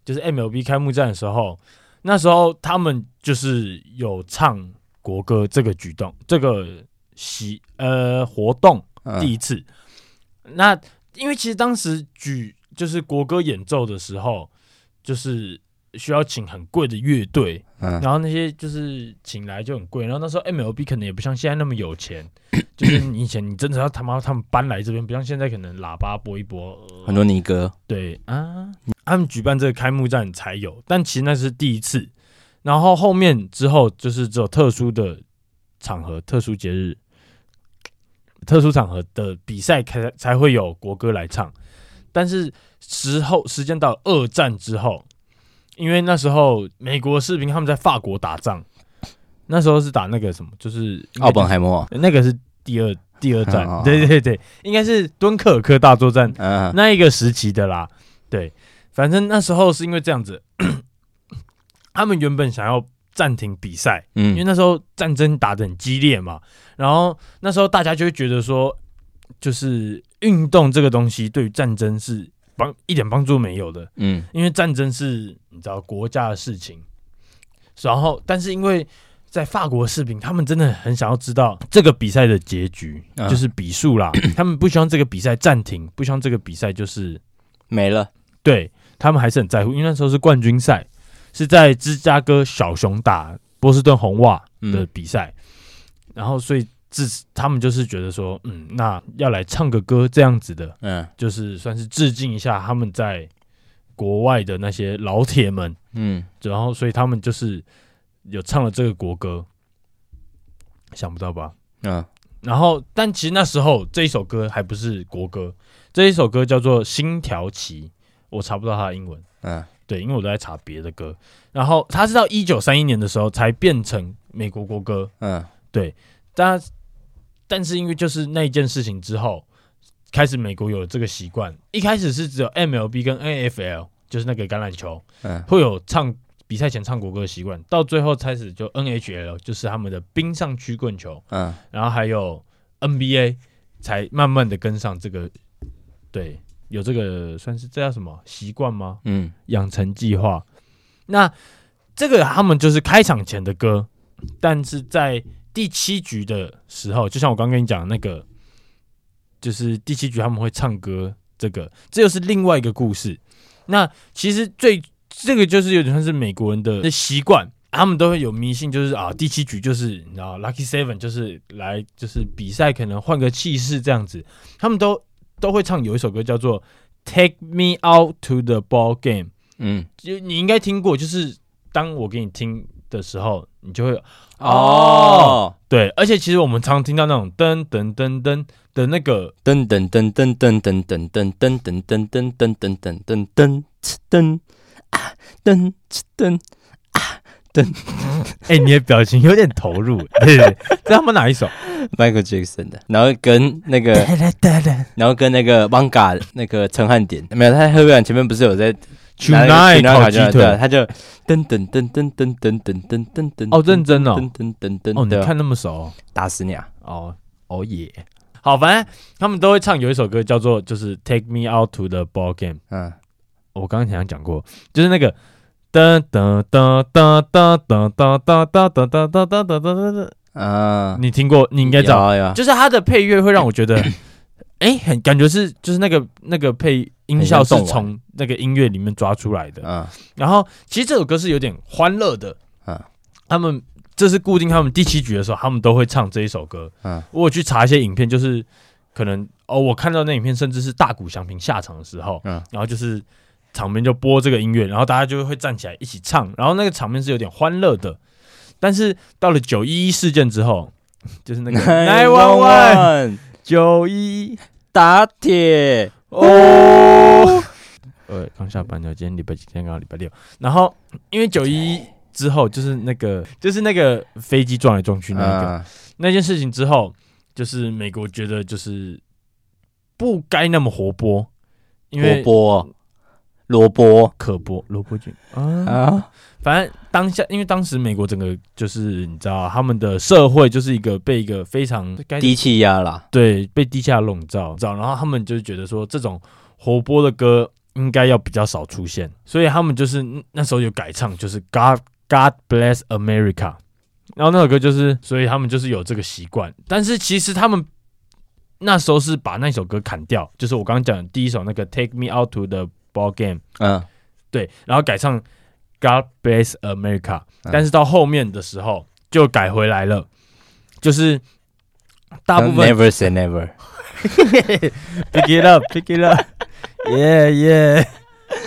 [SPEAKER 2] 就是 MLB 开幕战的时候，那时候他们就是有唱国歌这个举动，这个习呃活动。第
[SPEAKER 1] 嗯
[SPEAKER 2] 一次。那因为其实当时举就是国歌演奏的时候，就是需要请很贵的乐队，
[SPEAKER 1] 嗯
[SPEAKER 2] 然后那些就是请来就很贵。然后那时候 MLB 可能也不像现在那么有钱，就是你以前你真的要他妈他们搬来这边，不像现在可能喇叭播一播，呃
[SPEAKER 1] 很多尼哥，
[SPEAKER 2] 对啊，他们举办这个开幕战才有，但其实那是第一次。然后后面之后就是只有特殊的场合、特殊节日、特殊场合的比赛开才会有国歌来唱。但是时候时间到了二战之后，因为那时候美国士兵他们在法国打仗，那时候是打那个什么，就是
[SPEAKER 1] 奥本海默，
[SPEAKER 2] 那个是第二第二战，
[SPEAKER 1] 哦
[SPEAKER 2] 对对对，应该是敦刻尔克大作战
[SPEAKER 1] 嗯
[SPEAKER 2] 那一个时期的啦。对，反正那时候是因为这样子， 他们原本想要暂停比赛，因为
[SPEAKER 1] 嗯
[SPEAKER 2] 那时候战争打得很激烈嘛。然后那时候大家就会觉得说，就是运动这个东西对于战争是帮一点帮助没有的，
[SPEAKER 1] 嗯
[SPEAKER 2] 因为战争是你知道国家的事情。然后，但是因为在法国士兵，他们真的很想要知道这个比赛的结局，
[SPEAKER 1] 嗯
[SPEAKER 2] 就是比数啦。他们不希望这个比赛暂停，不希望这个比赛就是
[SPEAKER 1] 没了，
[SPEAKER 2] 对他们还是很在乎，因为那时候是冠军赛，是在芝加哥小熊打波士顿红袜的
[SPEAKER 1] 嗯
[SPEAKER 2] 比赛，然后所以自此他们就是觉得说，嗯，那要来唱个歌这样子的，
[SPEAKER 1] 嗯
[SPEAKER 2] 就是算是致敬一下他们在国外的那些老铁们，
[SPEAKER 1] 嗯，
[SPEAKER 2] 然后所以他们就是有唱了这个国歌，想不到吧？
[SPEAKER 1] 嗯
[SPEAKER 2] 然后，但其实那时候这一首歌还不是国歌，这一首歌叫做《星条旗》，我查不到它的英文，
[SPEAKER 1] 嗯
[SPEAKER 2] 对，因为我都在查别的歌。然后它是到一九三一年的时候才变成美国国歌，
[SPEAKER 1] 嗯
[SPEAKER 2] 但但是因为就是那一件事情之后，开始美国有了这个习惯，一开始是只有 MLB 跟 NFL，就是那个橄榄球
[SPEAKER 1] 嗯
[SPEAKER 2] 会有唱比赛前唱国歌的习惯，到最后开始就 NHL，就是他们的冰上曲棍球，
[SPEAKER 1] 嗯，
[SPEAKER 2] 然后还有 NBA 才慢慢的跟上这个，对，有这个算是这叫什么习惯吗？
[SPEAKER 1] 嗯
[SPEAKER 2] 养成计划。那这个他们就是开场前的歌，但是在第七局的时候，就像我刚跟你讲的那个，就是第七局他们会唱歌，这个这又是另外一个故事。那其实最这个就是有点像是美国人的习惯，他们都会有迷信，就是啊第七局就是你知道 lucky seven 就是来就是比赛可能换个气势这样子，他们都都会唱有一首歌叫做 Take Me Out to the Ball Game。
[SPEAKER 1] 嗯，
[SPEAKER 2] 就你应该听过，就是当我给你听的时候，你就会
[SPEAKER 1] 哦，
[SPEAKER 2] 对，而且其实我们常听到那种噔噔噔噔的那个，
[SPEAKER 1] 噔噔噔噔噔噔噔噔噔噔噔噔噔噔噔噔噔噔啊噔噔，
[SPEAKER 2] 哎、你的表情有点投入，对对对，这他们哪一首？
[SPEAKER 1] Michael Jackson 的，然后跟 那个，然后跟那个 Manga 那个陈汉典，没有，他在黑板前面不是有在拿那个
[SPEAKER 2] Tonight 烤
[SPEAKER 1] 烤
[SPEAKER 2] 鸡
[SPEAKER 1] 鸡对啊，
[SPEAKER 2] 腿，
[SPEAKER 1] 他就噔噔噔噔噔噔噔噔噔噔，
[SPEAKER 2] 哦，认真哦，
[SPEAKER 1] 噔噔噔噔啊
[SPEAKER 2] 哦，你
[SPEAKER 1] 的，
[SPEAKER 2] 看那么熟哦，
[SPEAKER 1] 打死你啊！
[SPEAKER 2] 哦哦耶，好，反正他们都会唱有一首歌叫做就是《Take Me Out to the Ball Game》。
[SPEAKER 1] 嗯
[SPEAKER 2] 我刚刚好像讲过，就是那个噔噔噔噔噔噔噔噔噔噔噔噔噔噔噔，
[SPEAKER 1] 啊，
[SPEAKER 2] 你听过？你应该知道，
[SPEAKER 1] 有啊有啊，
[SPEAKER 2] 就是它的配乐会让我觉 得，哎，很感觉是就是那个那个配音效是
[SPEAKER 1] 啊
[SPEAKER 2] 从那个音乐里面抓出来的。
[SPEAKER 1] 嗯
[SPEAKER 2] 然后其实这首歌是有点欢乐的，
[SPEAKER 1] 嗯
[SPEAKER 2] 他们这是固定他们第七局的时候，他们都会唱这一首歌。
[SPEAKER 1] 嗯
[SPEAKER 2] 我有去查一些影片，就是可能哦，我看到那影片，甚至是大谷翔平下场的时候，
[SPEAKER 1] 嗯
[SPEAKER 2] 然后就是场边就播这个音乐，然后大家就会站起来一起唱，然后那个场面是有点欢乐的。但是到了九一一事件之后，就是 那个
[SPEAKER 1] 哎
[SPEAKER 2] nine one one 九一
[SPEAKER 1] 打铁，
[SPEAKER 2] 哦， 呃，刚下班了，今天礼拜几？今天刚好礼拜六。然后因为九一之后就是那个就是那个飞机撞来撞去那个，
[SPEAKER 1] 嗯
[SPEAKER 2] 那件事情之后，就是美国觉得就是不该那么活泼，因为
[SPEAKER 1] 萝卜，萝卜
[SPEAKER 2] 可播萝卜菌啊，
[SPEAKER 1] 啊，
[SPEAKER 2] 反正当下因为当时美国整个就是你知道他们的社会就是一个被一个非常该
[SPEAKER 1] 低气压啦，
[SPEAKER 2] 对被低下笼罩，知道，然后他们就觉得说这种活泼的歌应该要比较少出现，所以他们就是嗯那时候有改唱，就是 God God Bless America，然后那首歌就是，所以他们就是有这个习惯，但是其实他们那时候是把那首歌砍掉，就是我刚刚讲的第一首那个 Take Me Out to the Ball Game，
[SPEAKER 1] 嗯
[SPEAKER 2] 对，然后改唱 God Bless America，、
[SPEAKER 1] 嗯
[SPEAKER 2] 但是到后面的时候就改回来了，就是大部分
[SPEAKER 1] ，Never say never，
[SPEAKER 2] Pick it up, pick it up. Yeah, yeah.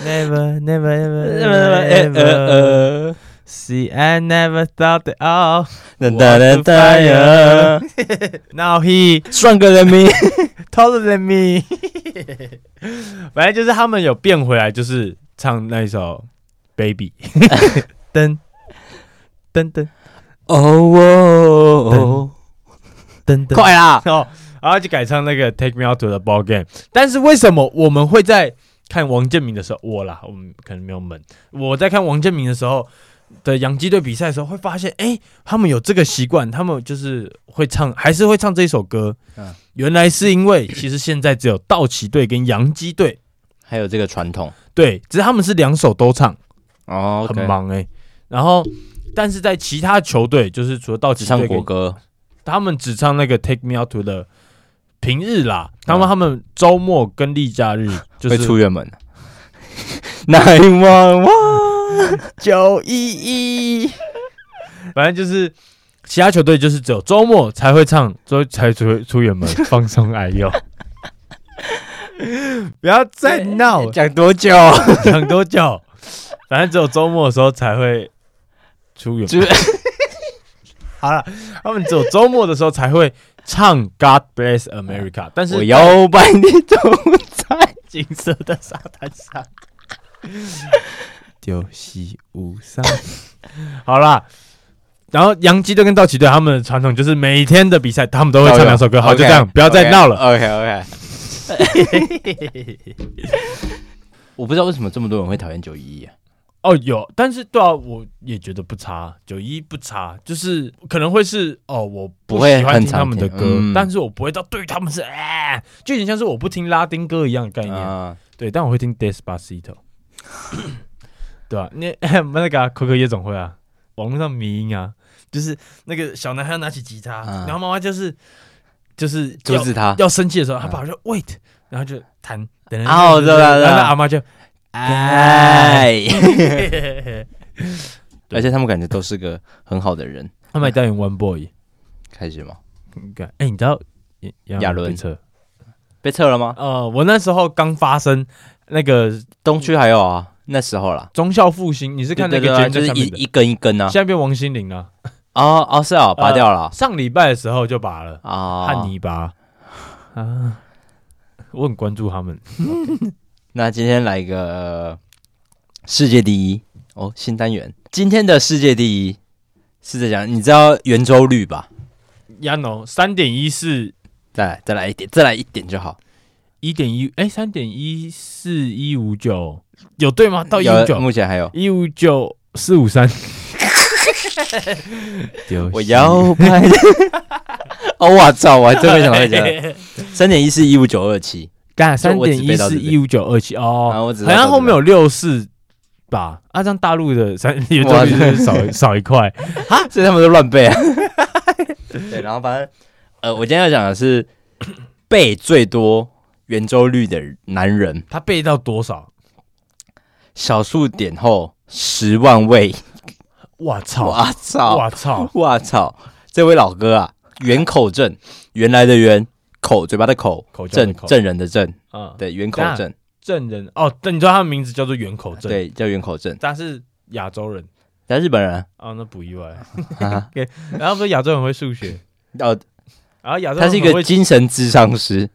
[SPEAKER 2] Never, never, eh, ever, ever, ever.
[SPEAKER 1] 呃呃，
[SPEAKER 2] See, I never thought oh, at all.
[SPEAKER 1] 噔噔噔噔呀。
[SPEAKER 2] Now he
[SPEAKER 1] stronger than me。
[SPEAKER 2] taller than me. 反正就是他们有变回来，就是唱那一首 Baby。噔噔噔
[SPEAKER 1] 哦
[SPEAKER 2] 噔噔，！
[SPEAKER 1] 快啦！
[SPEAKER 2] 哦，然后就改唱那个 Take Me Out to the Ball Game。但是为什么我们会在看王建民的时候，我啦，我们可能没有门。我在看王建民的时候的洋基队比赛的时候，会发现，哎、他们有这个习惯，他们就是会唱，还是会唱这一首歌。
[SPEAKER 1] 嗯
[SPEAKER 2] 原来是因为其实现在只有道奇队跟洋基队，
[SPEAKER 1] 还有这个传统
[SPEAKER 2] 对，只是他们是两首都唱，
[SPEAKER 1] 哦
[SPEAKER 2] 很，忙哎、然后，但是在其他球队，就是除了道
[SPEAKER 1] 只
[SPEAKER 2] 奇
[SPEAKER 1] 唱
[SPEAKER 2] 队
[SPEAKER 1] 国
[SPEAKER 2] 跟
[SPEAKER 1] 歌。
[SPEAKER 2] 他们只唱那个 Take Me Out to 的平日啦，他们
[SPEAKER 1] 嗯
[SPEAKER 2] 他们周末跟例假 日就
[SPEAKER 1] 会出
[SPEAKER 2] 是
[SPEAKER 1] 远门。Nine one one，
[SPEAKER 2] 九一一，反正就是其他球队就是只有周末才会唱，周才出出远门放松哎呦， 不要再闹了，
[SPEAKER 1] 讲多久？
[SPEAKER 2] 讲多久？ 反正只有周末的时候才会出远
[SPEAKER 1] 就
[SPEAKER 2] 门。 好了，他们只有周末的时候才会唱《God Bless America》，但是
[SPEAKER 1] 我摇摆你走在
[SPEAKER 2] 金色的沙滩 上。
[SPEAKER 1] 丢西无伤。
[SPEAKER 2] 好啦，然后洋基队跟道奇队他们的传统就是每天的比赛他们都会唱两首歌，好，就这样，不要再闹了。
[SPEAKER 1] OK OK。我不知道为什么这么多人会讨厌九一一啊？
[SPEAKER 2] 哦，有，但是对啊，我也觉得不差，九一不差，就是可能会是哦，我
[SPEAKER 1] 不会
[SPEAKER 2] 喜欢
[SPEAKER 1] 很
[SPEAKER 2] 听他
[SPEAKER 1] 常
[SPEAKER 2] 们的
[SPEAKER 1] 听
[SPEAKER 2] 歌，
[SPEAKER 1] 嗯
[SPEAKER 2] 但是我不会到对于他们是哎、就有点像是我不听拉丁歌一样的概念，
[SPEAKER 1] 啊，
[SPEAKER 2] 对，但我会听 Despacito，对啊，你 那个啊可可夜总会啊，网络上迷音啊，就是那个小男孩拿起吉他，
[SPEAKER 1] 嗯
[SPEAKER 2] 然后妈妈就是就是
[SPEAKER 1] 阻止他。
[SPEAKER 2] 要生气的时候，他爸爸说 wait，然后就弹，
[SPEAKER 1] 啊我知道了知道了
[SPEAKER 2] 然后阿妈 就，
[SPEAKER 1] 哎，
[SPEAKER 2] 嘿嘿嘿对
[SPEAKER 1] 而且他们感觉都是个很好的人，
[SPEAKER 2] 他们还代言 One Boy，
[SPEAKER 1] 开始吗？
[SPEAKER 2] 应该，哎，你知道亚
[SPEAKER 1] 亚纶
[SPEAKER 2] 被撤
[SPEAKER 1] 被撤了吗？
[SPEAKER 2] 呃，我那时候刚发生那个
[SPEAKER 1] 东区还有啊，那时候啦。
[SPEAKER 2] 忠孝复兴，你是看那
[SPEAKER 1] 对
[SPEAKER 2] 个
[SPEAKER 1] 对对啊
[SPEAKER 2] 节目
[SPEAKER 1] 就
[SPEAKER 2] 在
[SPEAKER 1] 是
[SPEAKER 2] 下
[SPEAKER 1] 一
[SPEAKER 2] 面的，
[SPEAKER 1] 一根一根啊
[SPEAKER 2] 现。在变王心凌了，
[SPEAKER 1] 哦哦，是啊，拔掉了
[SPEAKER 2] 上礼拜的时候就拔了。
[SPEAKER 1] 啊。
[SPEAKER 2] 汉尼拔啊，我很关注他们。
[SPEAKER 1] 那今天来一个、呃世界第一哦，新单元。今天的世界第一是在讲，你知道圆周率吧？
[SPEAKER 2] 亚诺三点一四
[SPEAKER 1] 再来，再来一点，再来一点就好。
[SPEAKER 2] 一点一，哎，三点一四一五九有对吗？到一
[SPEAKER 1] 有
[SPEAKER 2] 五九哦
[SPEAKER 1] 目前还有。
[SPEAKER 2] 一五九四五 三。丢
[SPEAKER 1] 我摇摆的。 哦，我操！我还真没想到会 这样。三点一四一五九二七，
[SPEAKER 2] 干
[SPEAKER 1] 就
[SPEAKER 2] 三
[SPEAKER 1] 我只
[SPEAKER 2] 点
[SPEAKER 1] 背
[SPEAKER 2] 一
[SPEAKER 1] 到这
[SPEAKER 2] 四
[SPEAKER 1] 边
[SPEAKER 2] 一五九二七
[SPEAKER 1] 然后
[SPEAKER 2] 哦，
[SPEAKER 1] 我只
[SPEAKER 2] 好像后面有六四吧？啊，这样大陆的三圆周
[SPEAKER 1] 哇
[SPEAKER 2] 率就是少少一块。
[SPEAKER 1] 啊，所以他们都乱背啊。对，然后反正呃，我今天要讲的是 背最多圆周率的男人，
[SPEAKER 2] 他背到多少？
[SPEAKER 1] 小数点后十万位。
[SPEAKER 2] 我操！
[SPEAKER 1] 我操！
[SPEAKER 2] 我操！
[SPEAKER 1] 我操，这位老哥啊，圆口正，原来的圆，口嘴巴的口，
[SPEAKER 2] 口交的
[SPEAKER 1] 正
[SPEAKER 2] 口
[SPEAKER 1] 正人的正，
[SPEAKER 2] 啊，
[SPEAKER 1] 对，圆口
[SPEAKER 2] 等一下
[SPEAKER 1] 正，
[SPEAKER 2] 证人哦，但你知道他的名字叫做圆口证，，
[SPEAKER 1] 对，叫圆口正。
[SPEAKER 2] 他是亚洲人
[SPEAKER 1] 但日本人啊
[SPEAKER 2] 啊，那不意外。
[SPEAKER 1] 啊，
[SPEAKER 2] 然后说亚洲人会数学，
[SPEAKER 1] 哦，
[SPEAKER 2] 然后亚洲人
[SPEAKER 1] 他是一
[SPEAKER 2] 很
[SPEAKER 1] 个
[SPEAKER 2] 会
[SPEAKER 1] 精神智商师，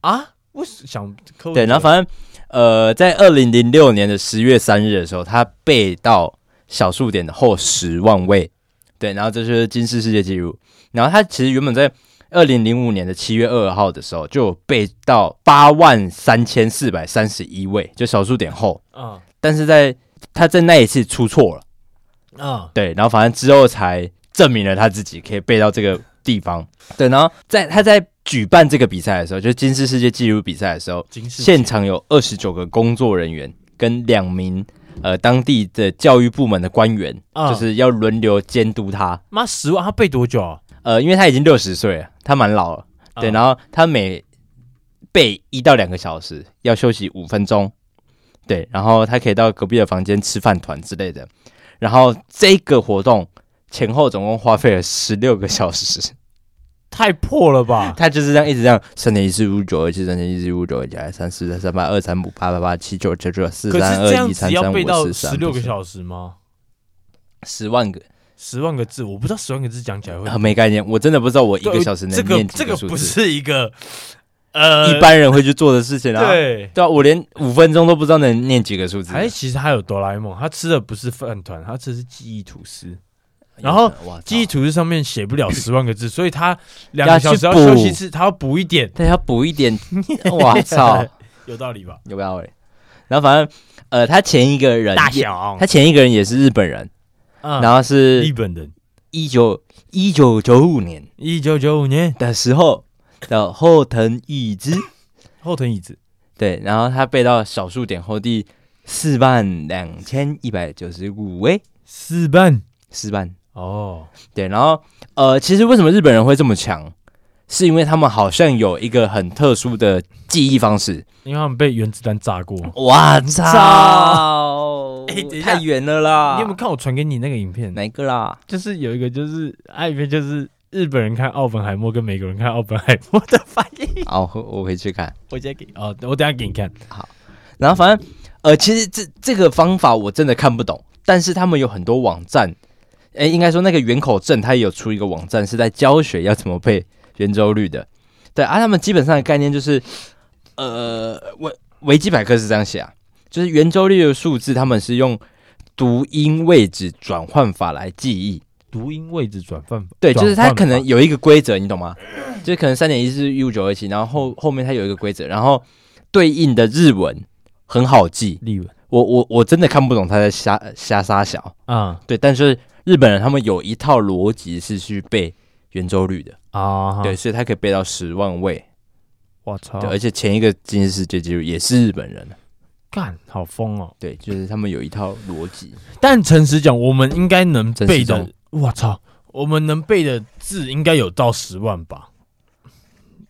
[SPEAKER 2] 啊，我想科
[SPEAKER 1] 对，然后反正呃，在二零零六年的十月三日的时候，他背到小数点的后十万位，对，然后这就是金氏世界纪录。然后他其实原本在二零零五年的七月二号的时候，就有背到八万三千四百三十一位，就小数点后，
[SPEAKER 2] 啊
[SPEAKER 1] 但是在他在那一次出错了，
[SPEAKER 2] 啊
[SPEAKER 1] 对，然后反正之后才证明了他自己可以背到这个地方，对，然后在他在举办这个比赛的时候，就是金氏世界纪录比赛的时候，
[SPEAKER 2] 金世
[SPEAKER 1] 现场有二十九个工作人员跟两名呃当地的教育部门的官员，
[SPEAKER 2] 啊
[SPEAKER 1] 就是要轮流监督他。
[SPEAKER 2] 妈十万，他背多久啊？
[SPEAKER 1] 呃，因为他已经六十岁了，他蛮老了，对，
[SPEAKER 2] 啊
[SPEAKER 1] 然后他每背一到两个小时，要休息五分钟，对，然后他可以到隔壁的房间吃饭团之类的。然后这个活动前后总共花费了十六个小时。
[SPEAKER 2] 太破了吧？
[SPEAKER 1] 他就是这样一直这样，三点一四五九二七，三点一四五九二七，三四三三八二三五八八八七九九九四
[SPEAKER 2] 可是
[SPEAKER 1] 三
[SPEAKER 2] 这
[SPEAKER 1] 二
[SPEAKER 2] 样
[SPEAKER 1] 一
[SPEAKER 2] 子
[SPEAKER 1] 三
[SPEAKER 2] 要
[SPEAKER 1] 三
[SPEAKER 2] 背
[SPEAKER 1] 五
[SPEAKER 2] 到
[SPEAKER 1] 四三，
[SPEAKER 2] 十六个小时吗？
[SPEAKER 1] 十万个，
[SPEAKER 2] 十万个字，我不知道十万个字讲起来会
[SPEAKER 1] 很没概念，我真的不知道我一
[SPEAKER 2] 对
[SPEAKER 1] 个小时
[SPEAKER 2] 这
[SPEAKER 1] 能
[SPEAKER 2] 个
[SPEAKER 1] 念
[SPEAKER 2] 这
[SPEAKER 1] 几
[SPEAKER 2] 个
[SPEAKER 1] 数
[SPEAKER 2] 不
[SPEAKER 1] 字，
[SPEAKER 2] 是一个呃
[SPEAKER 1] 一般人会去做的事情啊。
[SPEAKER 2] 对。
[SPEAKER 1] 对啊，我连五分钟都不知道能念几个数字。
[SPEAKER 2] 还其实他有哆啦 A 梦，他吃的不是饭团，他吃的是记忆吐司。
[SPEAKER 1] 哦
[SPEAKER 2] 然后
[SPEAKER 1] 哇，
[SPEAKER 2] 记忆
[SPEAKER 1] 操
[SPEAKER 2] 图示上面写不了十万个字，所以他两个小时要
[SPEAKER 1] 要去
[SPEAKER 2] 休
[SPEAKER 1] 补
[SPEAKER 2] 息一次，他要补一点，
[SPEAKER 1] 对要补一点， 哇操，
[SPEAKER 2] 有道理吧？
[SPEAKER 1] 有没有？然后反正呃，他前一个人也，
[SPEAKER 2] 小嗯
[SPEAKER 1] 他，前一个人也是日本人，
[SPEAKER 2] 然
[SPEAKER 1] 然后是
[SPEAKER 2] 日本人，
[SPEAKER 1] 一九一九九五年
[SPEAKER 2] 一九九五年
[SPEAKER 1] 的时候的后藤义之，
[SPEAKER 2] 后藤椅子，
[SPEAKER 1] 对，然后他背到小数点后第四万两千一百九十五位，
[SPEAKER 2] 四班
[SPEAKER 1] 四万，
[SPEAKER 2] 哦，
[SPEAKER 1] 对，然后呃，其实为什么日本人会这么强，是因为他们好像有一个很特殊的记忆方式。
[SPEAKER 2] 因为他们被原子弹炸过。
[SPEAKER 1] 哇
[SPEAKER 2] 操
[SPEAKER 1] 操！
[SPEAKER 2] 哎等一下
[SPEAKER 1] 太远了啦！
[SPEAKER 2] 你有没有看我传给你那个影片？
[SPEAKER 1] 哪一个啦？
[SPEAKER 2] 就是有一个，就是爱片，就是日本人看奥本海默跟美国人看奥本海默的反应。
[SPEAKER 1] 好，我我回去看。
[SPEAKER 2] 我先给哦，我等一下给你看。
[SPEAKER 1] 然后反正呃，其实这这个方法我真的看不懂，但是他们有很多网站，哎，应该说那个圆口镇它也有出一个网站是在教学要怎么配圆周率的。对啊，他们基本上的概念就是，呃，维维基百科是这样写啊，就是圆周率的数字，他们是用读音位置转换法来记忆。
[SPEAKER 2] 读音位置转换法，
[SPEAKER 1] 对，就是
[SPEAKER 2] 转
[SPEAKER 1] 它
[SPEAKER 2] 啊换
[SPEAKER 1] 可能
[SPEAKER 2] 法
[SPEAKER 1] 有一个规则，你懂吗？就是可能三点一是 U 九二七，然后后后面它有一个规则，然后对应的日文很好记。
[SPEAKER 2] 例文
[SPEAKER 1] 我我我真的看不懂他在瞎瞎撒小，
[SPEAKER 2] 啊
[SPEAKER 1] 对，但是日本人他们有一套逻辑是去背圆周率的，
[SPEAKER 2] 啊，
[SPEAKER 1] 对，，所以他可以背到十万位，
[SPEAKER 2] 我操，
[SPEAKER 1] 对，而且前一个吉尼斯世界纪录也是日本人，
[SPEAKER 2] 干好疯哦！
[SPEAKER 1] 对，就是他们有一套逻辑，
[SPEAKER 2] 但诚实讲，我们应该能
[SPEAKER 1] 陈
[SPEAKER 2] 背
[SPEAKER 1] 时
[SPEAKER 2] 的
[SPEAKER 1] 中，
[SPEAKER 2] 我操，我们能背的字应该有到十万吧？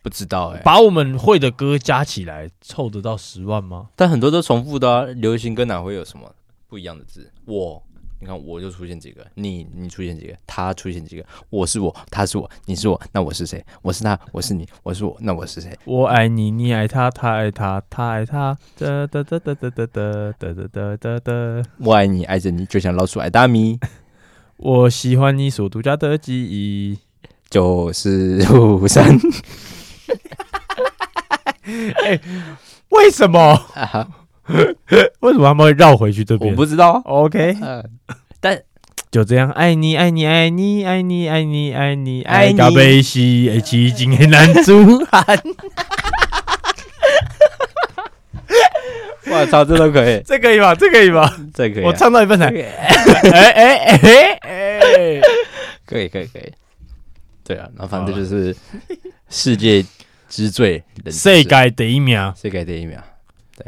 [SPEAKER 1] 不知道哎、
[SPEAKER 2] 把我们会的歌加起来，凑得到十万吗？
[SPEAKER 1] 但很多都重复的啊，流行歌哪会有什么不一样的字？我，你看我就出现几个，你你出现几个，他出现几个，我是我，他是我，你是我，那我是谁？我是他，我是你，我是我，那我是谁？
[SPEAKER 2] 我爱你，你爱他，他爱他，他爱他，哒哒哒哒哒哒哒哒哒哒哒哒。
[SPEAKER 1] 我爱你，爱着你，就像老鼠爱大米。
[SPEAKER 2] 我喜欢你所独家的记忆。
[SPEAKER 1] 九四五三，
[SPEAKER 2] 为什么？为什么他们会绕回去这
[SPEAKER 1] 我
[SPEAKER 2] 边？
[SPEAKER 1] 不知道啊。
[SPEAKER 2] OK，
[SPEAKER 1] 呃，但
[SPEAKER 2] 就这样，爱你，爱你，爱你，爱你，爱你，爱你，
[SPEAKER 1] 爱你
[SPEAKER 2] 咖啡西，爱奇今天男猪。
[SPEAKER 1] 我操，这都 可以，
[SPEAKER 2] 这可以吧？这可以吧？
[SPEAKER 1] 这可以啊、
[SPEAKER 2] 我唱到一半才，
[SPEAKER 1] 可以
[SPEAKER 2] 哎哎哎哎，
[SPEAKER 1] 可以，可以，可以。对啊，然后反正这就是世界之最，人之
[SPEAKER 2] 世界第一名，
[SPEAKER 1] 世界第一秒。啊对，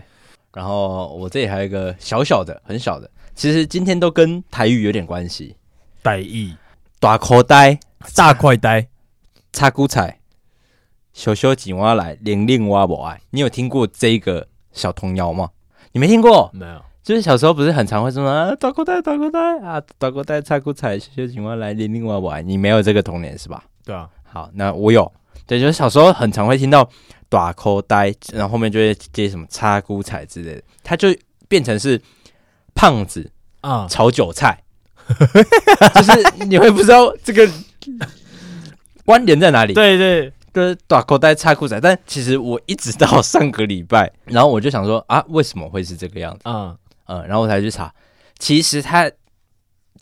[SPEAKER 1] 然后我这里还有一个小小的、很小的，其实今天都跟台语有点关系。
[SPEAKER 2] 大意
[SPEAKER 1] 大口袋、
[SPEAKER 2] 大快呆，
[SPEAKER 1] 插骨菜、小小井蛙来，玲玲蛙我爱。你有听过这个小童谣吗？你没听过？
[SPEAKER 2] 没有
[SPEAKER 1] 就是小时候不是很常会说啊，打口袋，打口袋啊，打口袋，插裤彩，学学情况来，零零玩玩。你没有这个童年是吧？
[SPEAKER 2] 对啊，
[SPEAKER 1] 好，那我有，对，就是小时候很常会听到打口袋，然后后面就会接什么插姑彩之类的，它就变成是胖子
[SPEAKER 2] 啊，
[SPEAKER 1] 炒韭菜， 就是你会不知道这个 关联在哪里。
[SPEAKER 2] 对对，
[SPEAKER 1] 就是短口袋插裤仔，但其实我一直到上个礼拜，然后我就想说啊，为什么会是这个样子？
[SPEAKER 2] 啊
[SPEAKER 1] 嗯，然后我才去查，其实它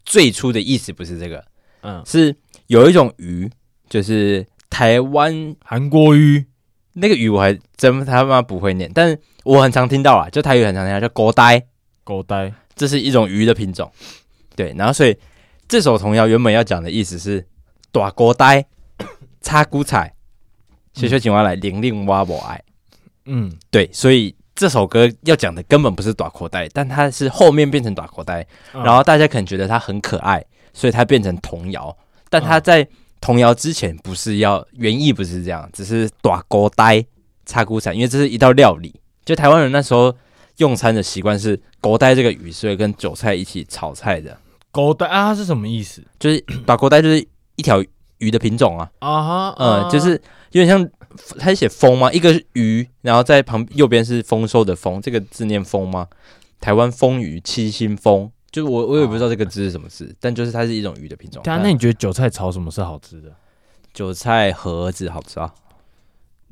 [SPEAKER 1] 最初的意思不是这个，
[SPEAKER 2] 嗯，
[SPEAKER 1] 是有一种鱼，就是台湾
[SPEAKER 2] 韩国瑜
[SPEAKER 1] 那个鱼，我还真他妈不会念，但是我很常听到啊，就台语很常听到叫狗呆，
[SPEAKER 2] 狗呆，
[SPEAKER 1] 这是一种鱼的品种，对，然后所以这首童谣原本要讲的意思是短狗呆，插骨彩，学学青蛙来，玲玲蛙我爱。
[SPEAKER 2] 嗯，
[SPEAKER 1] 对，所以这首歌要讲的根本不是短口袋，但它是后面变成短口袋，
[SPEAKER 2] 嗯
[SPEAKER 1] 然后大家可能觉得它很可爱，所以它变成童谣。但它在童谣之前不是要原意不是这样，只是短口袋插骨散，因为这是一道料理。就台湾人那时候用餐的习惯是狗带这个鱼是会跟韭菜一起炒菜的，
[SPEAKER 2] 狗呆啊它是什么意思
[SPEAKER 1] 就是 短口袋就是一条鱼的品种啊，
[SPEAKER 2] 啊哈？
[SPEAKER 1] 嗯，
[SPEAKER 2] 啊
[SPEAKER 1] 就是有点像他写丰吗？一个是鱼，然后在旁右边是丰收的丰，这个字念丰吗？台湾丰鱼七星丰，就是我我也不知道这个字是什么字，但就是它是一种鱼的品种。
[SPEAKER 2] 对啊，那你觉得韭菜炒什么是好吃的？
[SPEAKER 1] 韭菜盒子好吃啊？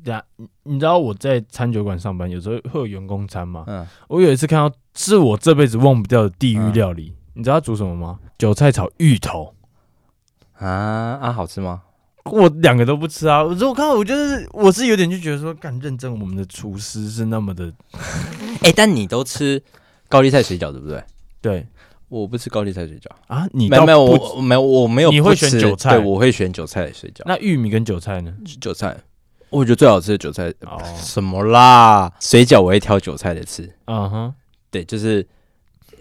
[SPEAKER 2] 对啊，你你知道我在餐酒馆上班，有时候会有员工餐吗？
[SPEAKER 1] 嗯，
[SPEAKER 2] 我有一次看到是我这辈子忘不掉的地狱料
[SPEAKER 1] 嗯
[SPEAKER 2] 理，你知道他煮什么吗？韭菜炒芋头，
[SPEAKER 1] 啊啊，好吃吗？
[SPEAKER 2] 我两个都不吃啊。我说我看到，我就是我是有点就觉得说，干认真，我们的厨师是那么的
[SPEAKER 1] 哎、但你都吃高丽菜水饺对不对？
[SPEAKER 2] 对
[SPEAKER 1] 我不吃高丽菜水饺，
[SPEAKER 2] 啊。你
[SPEAKER 1] 没有
[SPEAKER 2] 倒
[SPEAKER 1] 没有
[SPEAKER 2] 不
[SPEAKER 1] 我我没有我没有
[SPEAKER 2] 你会
[SPEAKER 1] 不吃
[SPEAKER 2] 选韭菜
[SPEAKER 1] 对，我会选韭菜水饺。
[SPEAKER 2] 那玉米跟韭菜呢？
[SPEAKER 1] 韭菜，我觉得最好吃的韭菜
[SPEAKER 2] 哦，
[SPEAKER 1] 什么啦？水饺我会挑韭菜的吃。
[SPEAKER 2] 嗯哼
[SPEAKER 1] 对，就是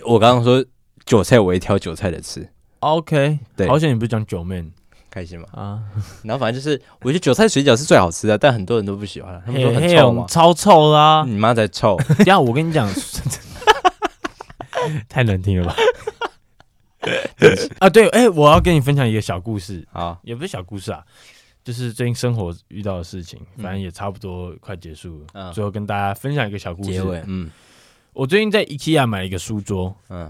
[SPEAKER 1] 我刚刚说韭菜，我会挑韭菜的吃，
[SPEAKER 2] ，OK，
[SPEAKER 1] 对
[SPEAKER 2] 好险你不是讲九妹
[SPEAKER 1] 开心嘛。
[SPEAKER 2] 啊，
[SPEAKER 1] 然后反正就是，我觉得韭菜水饺是最好吃的，但很多人都不喜欢，他们说很
[SPEAKER 2] 嘿
[SPEAKER 1] 臭啊嗯嘛。
[SPEAKER 2] 超臭啦、
[SPEAKER 1] 你妈在臭，
[SPEAKER 2] 等一下我跟你讲，太难听了吧？ 啊，对，哎、我要跟你分享一个小故事，
[SPEAKER 1] 好，
[SPEAKER 2] 也不是小故事啊，就是最近生活遇到的事情，反正也差不多快结束了。
[SPEAKER 1] 嗯
[SPEAKER 2] 最后跟大家分享一个小故事。
[SPEAKER 1] 结尾，嗯
[SPEAKER 2] 我最近在 IKEA 买了一个书桌，
[SPEAKER 1] 嗯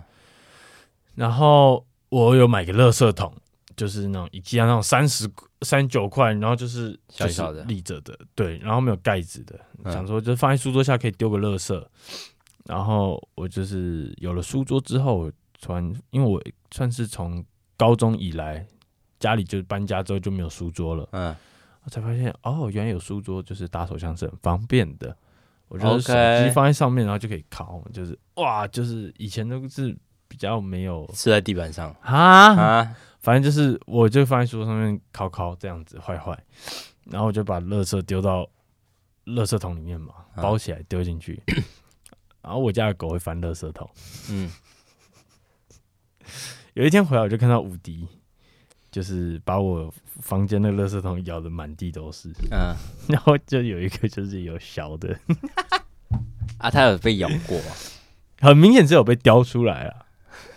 [SPEAKER 2] 然后我有买个垃圾桶，就是那种 IKEA 那种三十三九块，然后就是
[SPEAKER 1] 小小的
[SPEAKER 2] 就是立着的，对，然后没有盖子的，
[SPEAKER 1] 嗯
[SPEAKER 2] 想说就放在书桌下可以丢个垃圾。然后我就是有了书桌之后，我突然因为我算是从高中以来家里就搬家之后就没有书桌了。
[SPEAKER 1] 嗯
[SPEAKER 2] 我才发现哦，原来有书桌就是打手枪是很方便的。我就是手
[SPEAKER 1] OK
[SPEAKER 2] 机放在上面，然后就可以拷，就是哇，就是以前都是比较没有
[SPEAKER 1] 是嗯在地板上
[SPEAKER 2] 啊，
[SPEAKER 1] 啊，
[SPEAKER 2] 反正就是我就放在书桌上面拷拷这样子坏坏，然后我就把垃圾丢到垃圾桶里面嘛，
[SPEAKER 1] 嗯
[SPEAKER 2] 包起来丢进去。然后我家的狗会翻垃圾桶，
[SPEAKER 1] 嗯
[SPEAKER 2] 有一天回来我就看到无敌，就是把我房间的垃圾桶咬得满地都是，
[SPEAKER 1] 嗯
[SPEAKER 2] 然后就有一个就是有小的。
[SPEAKER 1] 啊，他有被咬过吗？
[SPEAKER 2] 很明显是有被雕出来啊。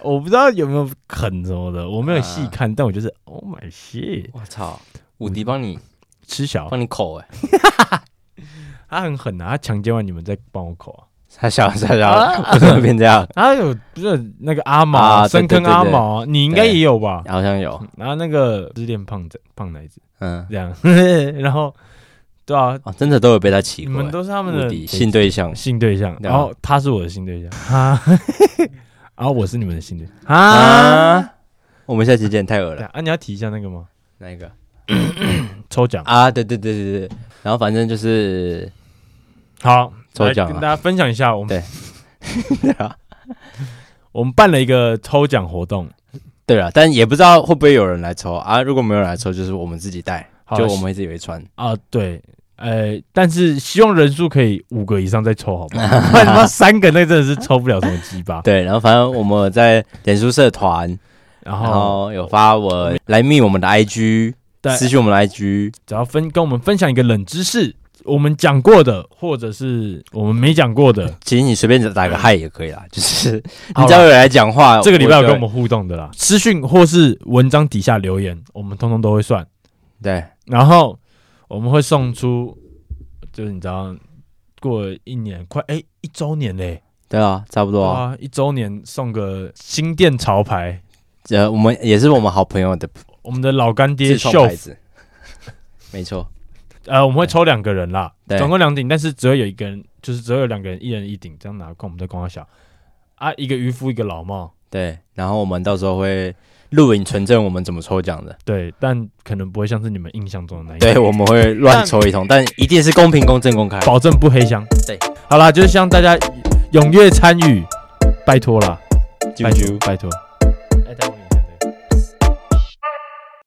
[SPEAKER 2] 我不知道有没有啃什么的，我没有细看，但我就是 Oh my shit，
[SPEAKER 1] 我操，武迪帮你
[SPEAKER 2] 吃小，
[SPEAKER 1] 帮你口 哎，
[SPEAKER 2] 他很狠啊，他强奸完你们再帮我口啊。
[SPEAKER 1] 傻小傻小，我怎么变这 样？
[SPEAKER 2] 然后有不是那个阿毛
[SPEAKER 1] 啊
[SPEAKER 2] 啊
[SPEAKER 1] 对
[SPEAKER 2] 深坑
[SPEAKER 1] 对对
[SPEAKER 2] 阿毛啊，你应该也有吧？
[SPEAKER 1] 好像 有，
[SPEAKER 2] 然后那个失恋胖子胖奶子
[SPEAKER 1] 嗯，
[SPEAKER 2] 这 样，然后对啊，
[SPEAKER 1] 哦，真的都有被他骑
[SPEAKER 2] 你
[SPEAKER 1] 过
[SPEAKER 2] 们
[SPEAKER 1] 欸，
[SPEAKER 2] 都是他们
[SPEAKER 1] 无
[SPEAKER 2] 的
[SPEAKER 1] 敌性对象
[SPEAKER 2] 性对象，
[SPEAKER 1] 对
[SPEAKER 2] 然
[SPEAKER 1] 啊
[SPEAKER 2] 后他是我的性对象啊， 然后我是你们的性对象啊。
[SPEAKER 1] 啊。我们下期见，太恶
[SPEAKER 2] 对
[SPEAKER 1] 了，
[SPEAKER 2] 啊，啊你要提一下那个吗？
[SPEAKER 1] 哪一个
[SPEAKER 2] 抽奖
[SPEAKER 1] 啊？对对对对对，然后反正就是，
[SPEAKER 2] 好，
[SPEAKER 1] 抽
[SPEAKER 2] 来
[SPEAKER 1] 奖啊
[SPEAKER 2] 跟大家分享一下我们
[SPEAKER 1] 对 啊，
[SPEAKER 2] 我们办了一个抽奖活动，
[SPEAKER 1] 对啊，但也不知道会不会有人来抽啊。如果没有人来抽，就是我们自己带，
[SPEAKER 2] 好
[SPEAKER 1] 就我们自己会穿。
[SPEAKER 2] 啊，对，呃，但是希望人数可以五个以上再抽，好 不好？不然他妈三个那真的是抽不了什么鸡巴。
[SPEAKER 1] 对，然后反正我们有在脸书社团，
[SPEAKER 2] 然
[SPEAKER 1] 然
[SPEAKER 2] 后
[SPEAKER 1] 后有发文来密我们的 IG，
[SPEAKER 2] 对，
[SPEAKER 1] 私讯我们的 IG，
[SPEAKER 2] 只要分跟我们分享一个冷知识，我们讲过的，或者是我们没讲过 的，
[SPEAKER 1] 其实你随便打个嗨也可以啦，就是你
[SPEAKER 2] 好
[SPEAKER 1] 只
[SPEAKER 2] 啦
[SPEAKER 1] 要有人来讲话，
[SPEAKER 2] 这个礼拜有
[SPEAKER 1] 就
[SPEAKER 2] 跟我们互动的啦，私讯或是文章底下留言，我们通通都会算。
[SPEAKER 1] 对
[SPEAKER 2] 然后我们会送出，就是你知道，过了一年快哎一周年嘞、
[SPEAKER 1] 对啊，差不多啊。
[SPEAKER 2] 哇，一周年送个新店潮牌，
[SPEAKER 1] 呃，我们也是我们好朋友的
[SPEAKER 2] 我们的老干爹
[SPEAKER 1] 自
[SPEAKER 2] 秀
[SPEAKER 1] 创，牌子，没错，
[SPEAKER 2] 呃，我们会抽两个人啦，
[SPEAKER 1] 对
[SPEAKER 2] 总共两顶，但是只会有一个人，就是只会有两个人，一人一顶，这样拿，跟我们在光华小啊，一个渔夫，一个老帽，
[SPEAKER 1] 对。然后我们到时候会录影存证我们怎么抽奖的，
[SPEAKER 2] 对，但可能不会像是你们印象中的那样，
[SPEAKER 1] 对，我们会乱抽一通，但一定是公平、公正、公开。
[SPEAKER 2] 保证不黑箱，
[SPEAKER 1] 对，
[SPEAKER 2] 好啦，就是希望大家踊跃参与，拜托啦，
[SPEAKER 1] 啾
[SPEAKER 2] 拜
[SPEAKER 1] 啾
[SPEAKER 2] 托，。拜托。